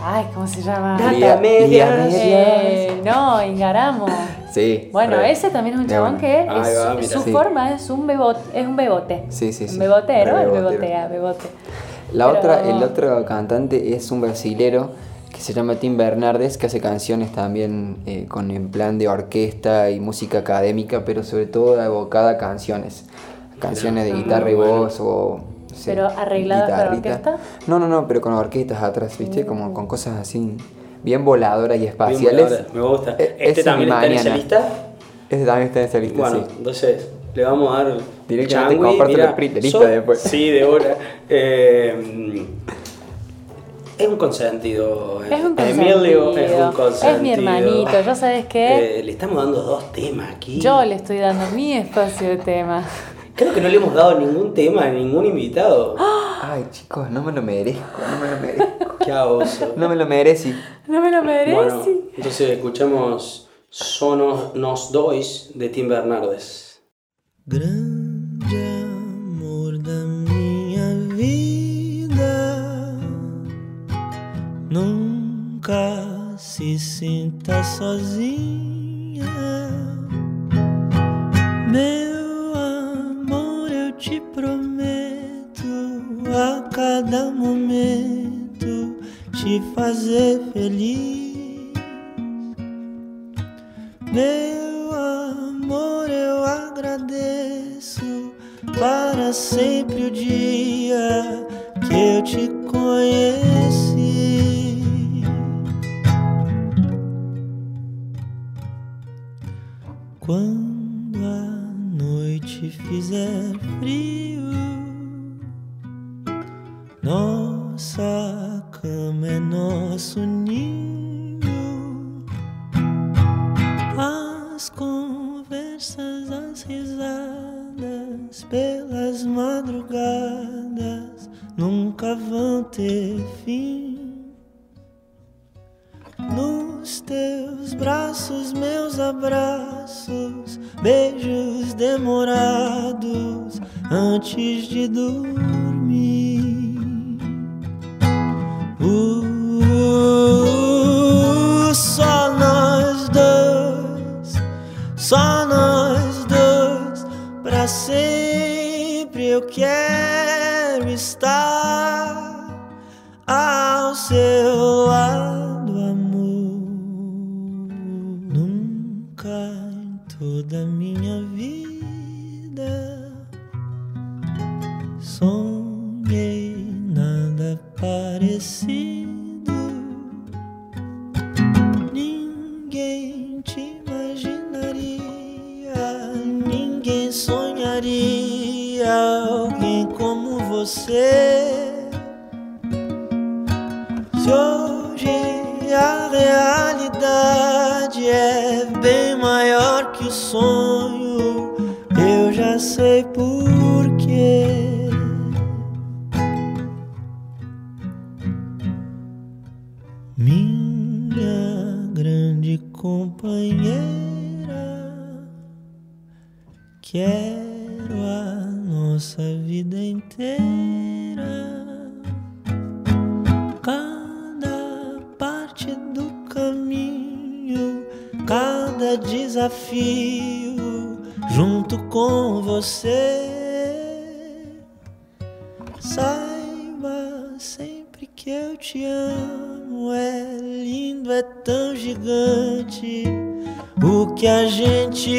Ay, ¿cómo se llama? Data medias. Eh, no, Ingaramo. Sí. Bueno, Re. ese también es un De chabón una. que Ahí es- va, mira. su Sí. forma es un bebote, es un bebote. Sí, sí, sí. Un bebotero, Re el bebotero. bebotea, bebote. La Pero- otra, el otro cantante es un brasilero que se llama Tim Bernardes, que hace canciones también eh, con en plan de orquesta y música académica, pero sobre todo evocada a canciones. Canciones de guitarra y voz o... no sé, ¿Pero arregladas para guitarrita. orquesta? Mm. No, no, no, pero con orquestas atrás, ¿viste? Como con cosas así bien voladoras y espaciales. Me gusta. E- ese Este es también mi está en esa mañana. lista. Ese también está en esa lista, Bueno, sí. entonces le vamos a dar. Directamente changui, comparto mirá, la pri- la lista so- después. Sí, de hora. Eh, es un consentido. Es un Emilio es consentido. un consentido. Es mi hermanito, ¿yo sabes qué? Eh, le estamos dando dos temas aquí. Yo le estoy dando mi espacio de tema. Creo que no le hemos dado ningún tema a ningún invitado. Ah. Ay, chicos, no me lo merezco, no me lo merezco. Qué oso. no me lo merecí. No me lo Bueno, merece. entonces escuchamos Sonos Nos Dois de Tim Bernardes. Grande amor da minha vida, nunca se sinta sozinha. Meu amor, eu te prometo a cada momento te fazer feliz. Meu amor, eu agradeço para sempre o dia que eu te conheci. Quando a noite fizer frio, nossa cama é nosso ninho. As conversas, as risadas minhas pelas madrugadas nunca vão ter fim. Nos teus braços, meus abraços, beijos demorados antes de dormir. Uh, só nós dois, só nós dois, pra sempre eu quero estar ao seu lado, amor. Nunca em toda a minha vida sonhei nada parecido. Ninguém te imaginaria, ninguém sonharia alguém como você. Se hoje a realidade é bem maior que o sonho, eu já sei porquê. Minha grande companheira, quero a nossa vida inteira cada parte do caminho, cada desafio, junto com você. Saiba sempre que eu te amo, é lindo, é tão gigante o que a gente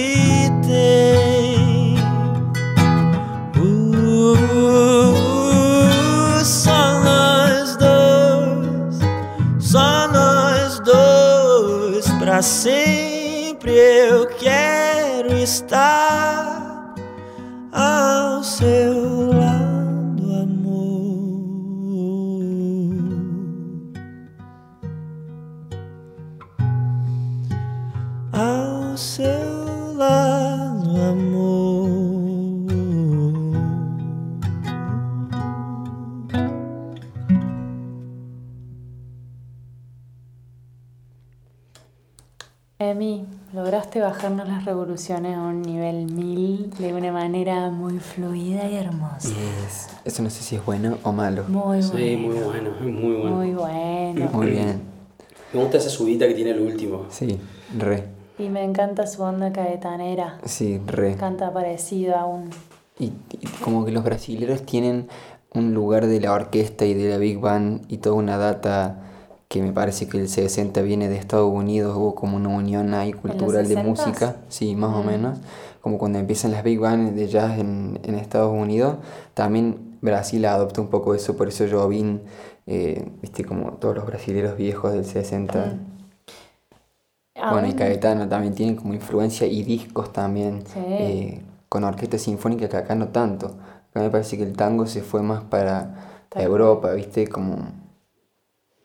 tem. Uh, Só nós dois, só nós dois, pra sempre eu quero estar ao seu lado, amor. ao seu lado, amor. Emi, lograste bajarnos las revoluciones a un nivel mil de una manera muy fluida y hermosa. Yes. Eso no sé si es bueno o malo. Muy Sí, bueno. muy bueno, muy bueno. Muy bueno. Muy bien. Me gusta esa subida que tiene el último. Sí, re. Y me encanta su onda caetanera. Sí, re. Canta parecido a un. Y, y como que los brasileros tienen un lugar de la orquesta y de la Big Band y toda una data que me parece que el 60 viene de Estados Unidos, hubo como una unión ahí cultural de 60s? música, sí, más Mm. o menos, como cuando empiezan las Big Band de jazz en, en Estados Unidos, también Brasil adopta un poco eso, por eso Jobim, eh, viste, como todos los brasileros viejos del 60, Mm. a bueno, y un- Caetano también tienen como influencia y discos también Sí. eh, con orquesta sinfónica que acá no tanto. Acá me parece que el tango se fue más para Tal Europa, ¿viste? Como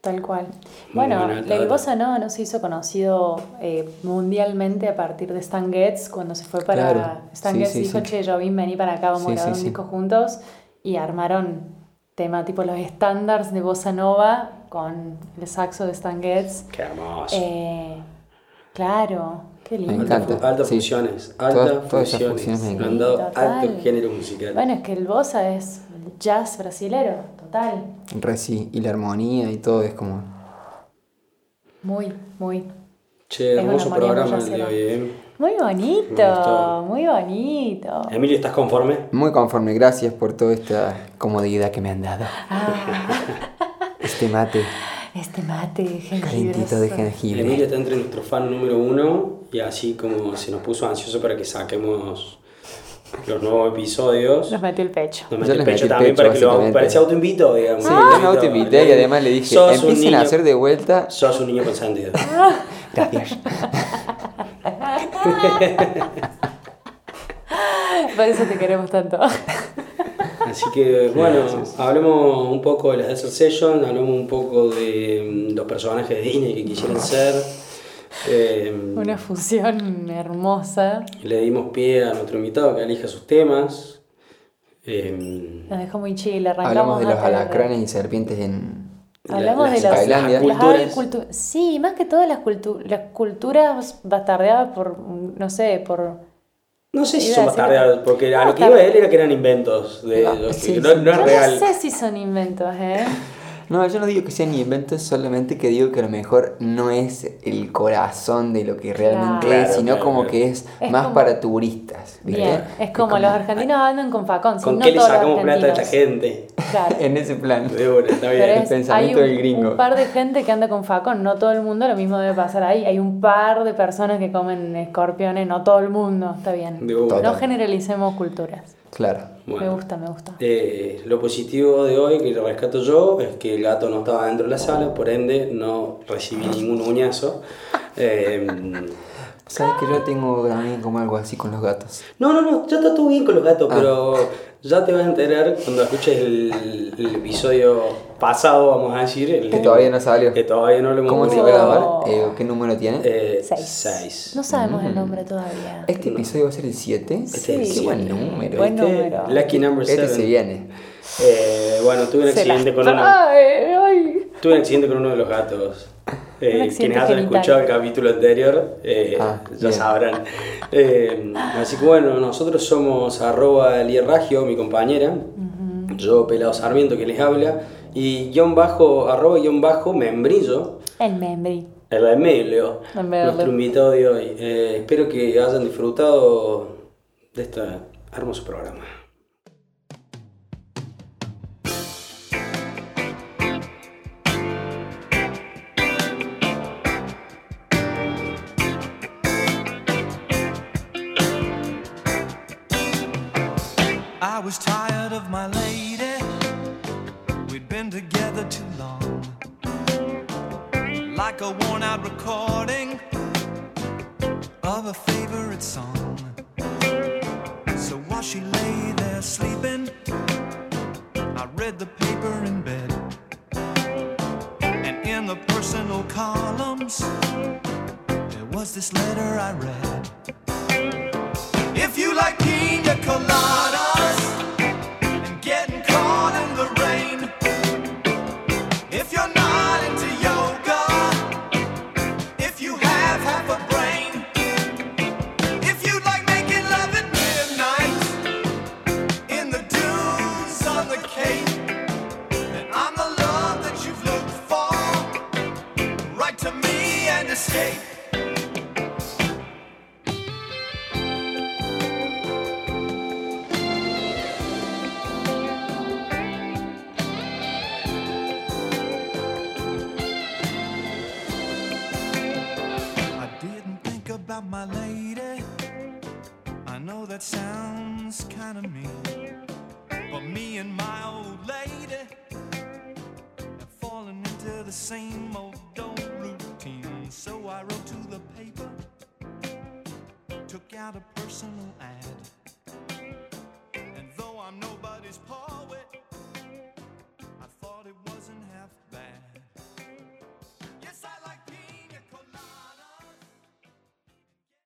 Tal cual. Muy Bueno, buena, la que claro. pasa no, no se hizo conocido eh, mundialmente a partir de Stan Getz, cuando se fue para... Claro. Stan Sí, Getz sí, dijo, sí. che, Jobim, vení para acá, vamos Sí, a grabar sí, un sí. disco juntos. Y armaron tema tipo los estándares de Bossa Nova con el saxo de Stan Getz. Qué hermoso. Eh, claro, qué me lindo. encanta. Altas sí. funciones, Todas- altas todas esas funciones. funciones me Me encantan. han dado Total. alto género musical. Bueno, es que el Bossa es el jazz brasilero, total. Re sí, y la armonía y todo es como... Muy, muy. che, es hermoso una armonía programa muy el de hoy, ¿eh? Muy Me gustó. bonito, muy bonito. Emilio, ¿estás conforme? Muy conforme, gracias por toda esta comodidad que me han dado. Este mate Este mate de calentito de jengibre. Emilio está entre nuestro fan número uno y así como se nos puso ansioso para que saquemos los nuevos episodios. Nos metió el pecho. Nos Yo metió el les pecho metí el también pecho, para que lo básicamente. para ese autoinvito, digamos. Ah, Sí, yo me autoinvité y además le dije, "Eh, Sos un empiecen niño- a hacer de vuelta. Sos un niño consentido. Gracias. Por eso te queremos tanto. Así que bueno, hablemos un poco de las Desert Sessions, hablemos un poco de mm, los personajes de Disney que quisieran ser. Eh, Una fusión hermosa. le dimos pie a nuestro invitado que elija sus temas. Em, Nos dejó muy chill, arrancamos. Hablamos de los hasta la- alacranes y serpientes en... Hablamos de las las, Tailandia. las culturas. agricultu- Sí, más que todo las, cultu- las culturas bastardeadas por, no sé, por... No sé si Iba son a decir bastardeados, otra- porque a No, lo que está iba bien. él era que eran inventos, de, Ah, lo que- sí, no, sí. no es Yo real. no sé si son inventos, ¿eh? No, yo no digo que sean inventos, solamente que digo que a lo mejor no es el corazón de lo que realmente Claro. es, Claro, sino claro, como claro. que es, Es más como- para turistas, ¿viste? Bien, es como los argentinos andan con facón, sí, ¿Con no qué le todos los sacamos plata a esta argentinos. gente? Claro. En ese plan. De una, está Pero bien. es- pensamiento hay un, del gringo. un par de gente que anda con facón, no todo el mundo, lo mismo debe pasar ahí. Hay un par de personas que comen escorpiones, no todo el mundo, está bien. De una. No Total. generalicemos culturas. Claro. Me Bueno. gusta, me gusta. Eh, lo positivo de hoy que lo rescato yo es que el gato no estaba dentro de la sala, por ende no recibí ningún uñazo. Eh, ¿Sabes que yo tengo también como algo así con los gatos? no, no, no, ya está todo bien con los Ah. gatos, pero ya te vas a enterar cuando escuches el, el episodio pasado, vamos a decir. el- Que todavía no salió. Que todavía no lo hemos ¿Cómo se va a publicado. grabar? Eh, ¿Qué número tiene? Eh, Seis. seis. Mm. No sabemos el nombre todavía. este episodio va a ser el 7. Este es el Qué buen siete. número. Buen Este, número. Lucky number este se 7. viene. bueno, tuve un Se la- accidente con uno. Ay, ay. Tuve un accidente con uno de los gatos. Eh, Un accidente quienes hayan genital. escuchado el capítulo anterior eh, Ah, ya bien. sabrán. Eh, así que bueno, nosotros somos arroba Lierragio, mi compañera. Yo, Pelado Sarmiento, que les habla. Y guión bajo, arroba guión bajo, membrillo. El membri. El Emilio, Emilio. nuestro invitado de hoy. Eh, espero que hayan disfrutado de este hermoso programa. I was tired of my lady. We'd been together too long. Like a worn out recording of a favorite song. So while she lay there sleeping, I read the paper in bed. And in the personal columns, there was this letter I read. If you like pina coladas and getting caught in the rain, if you're not into yoga, if you have half a brain, if you like making love at midnight in the dunes on the cape, then I'm the love that you've looked for. Write to me and escape. I didn't think about my lady. I know that sounds kind of mean, but me and my old lady have fallen into the same old old routine. So I wrote to the paper, took out a personal ad,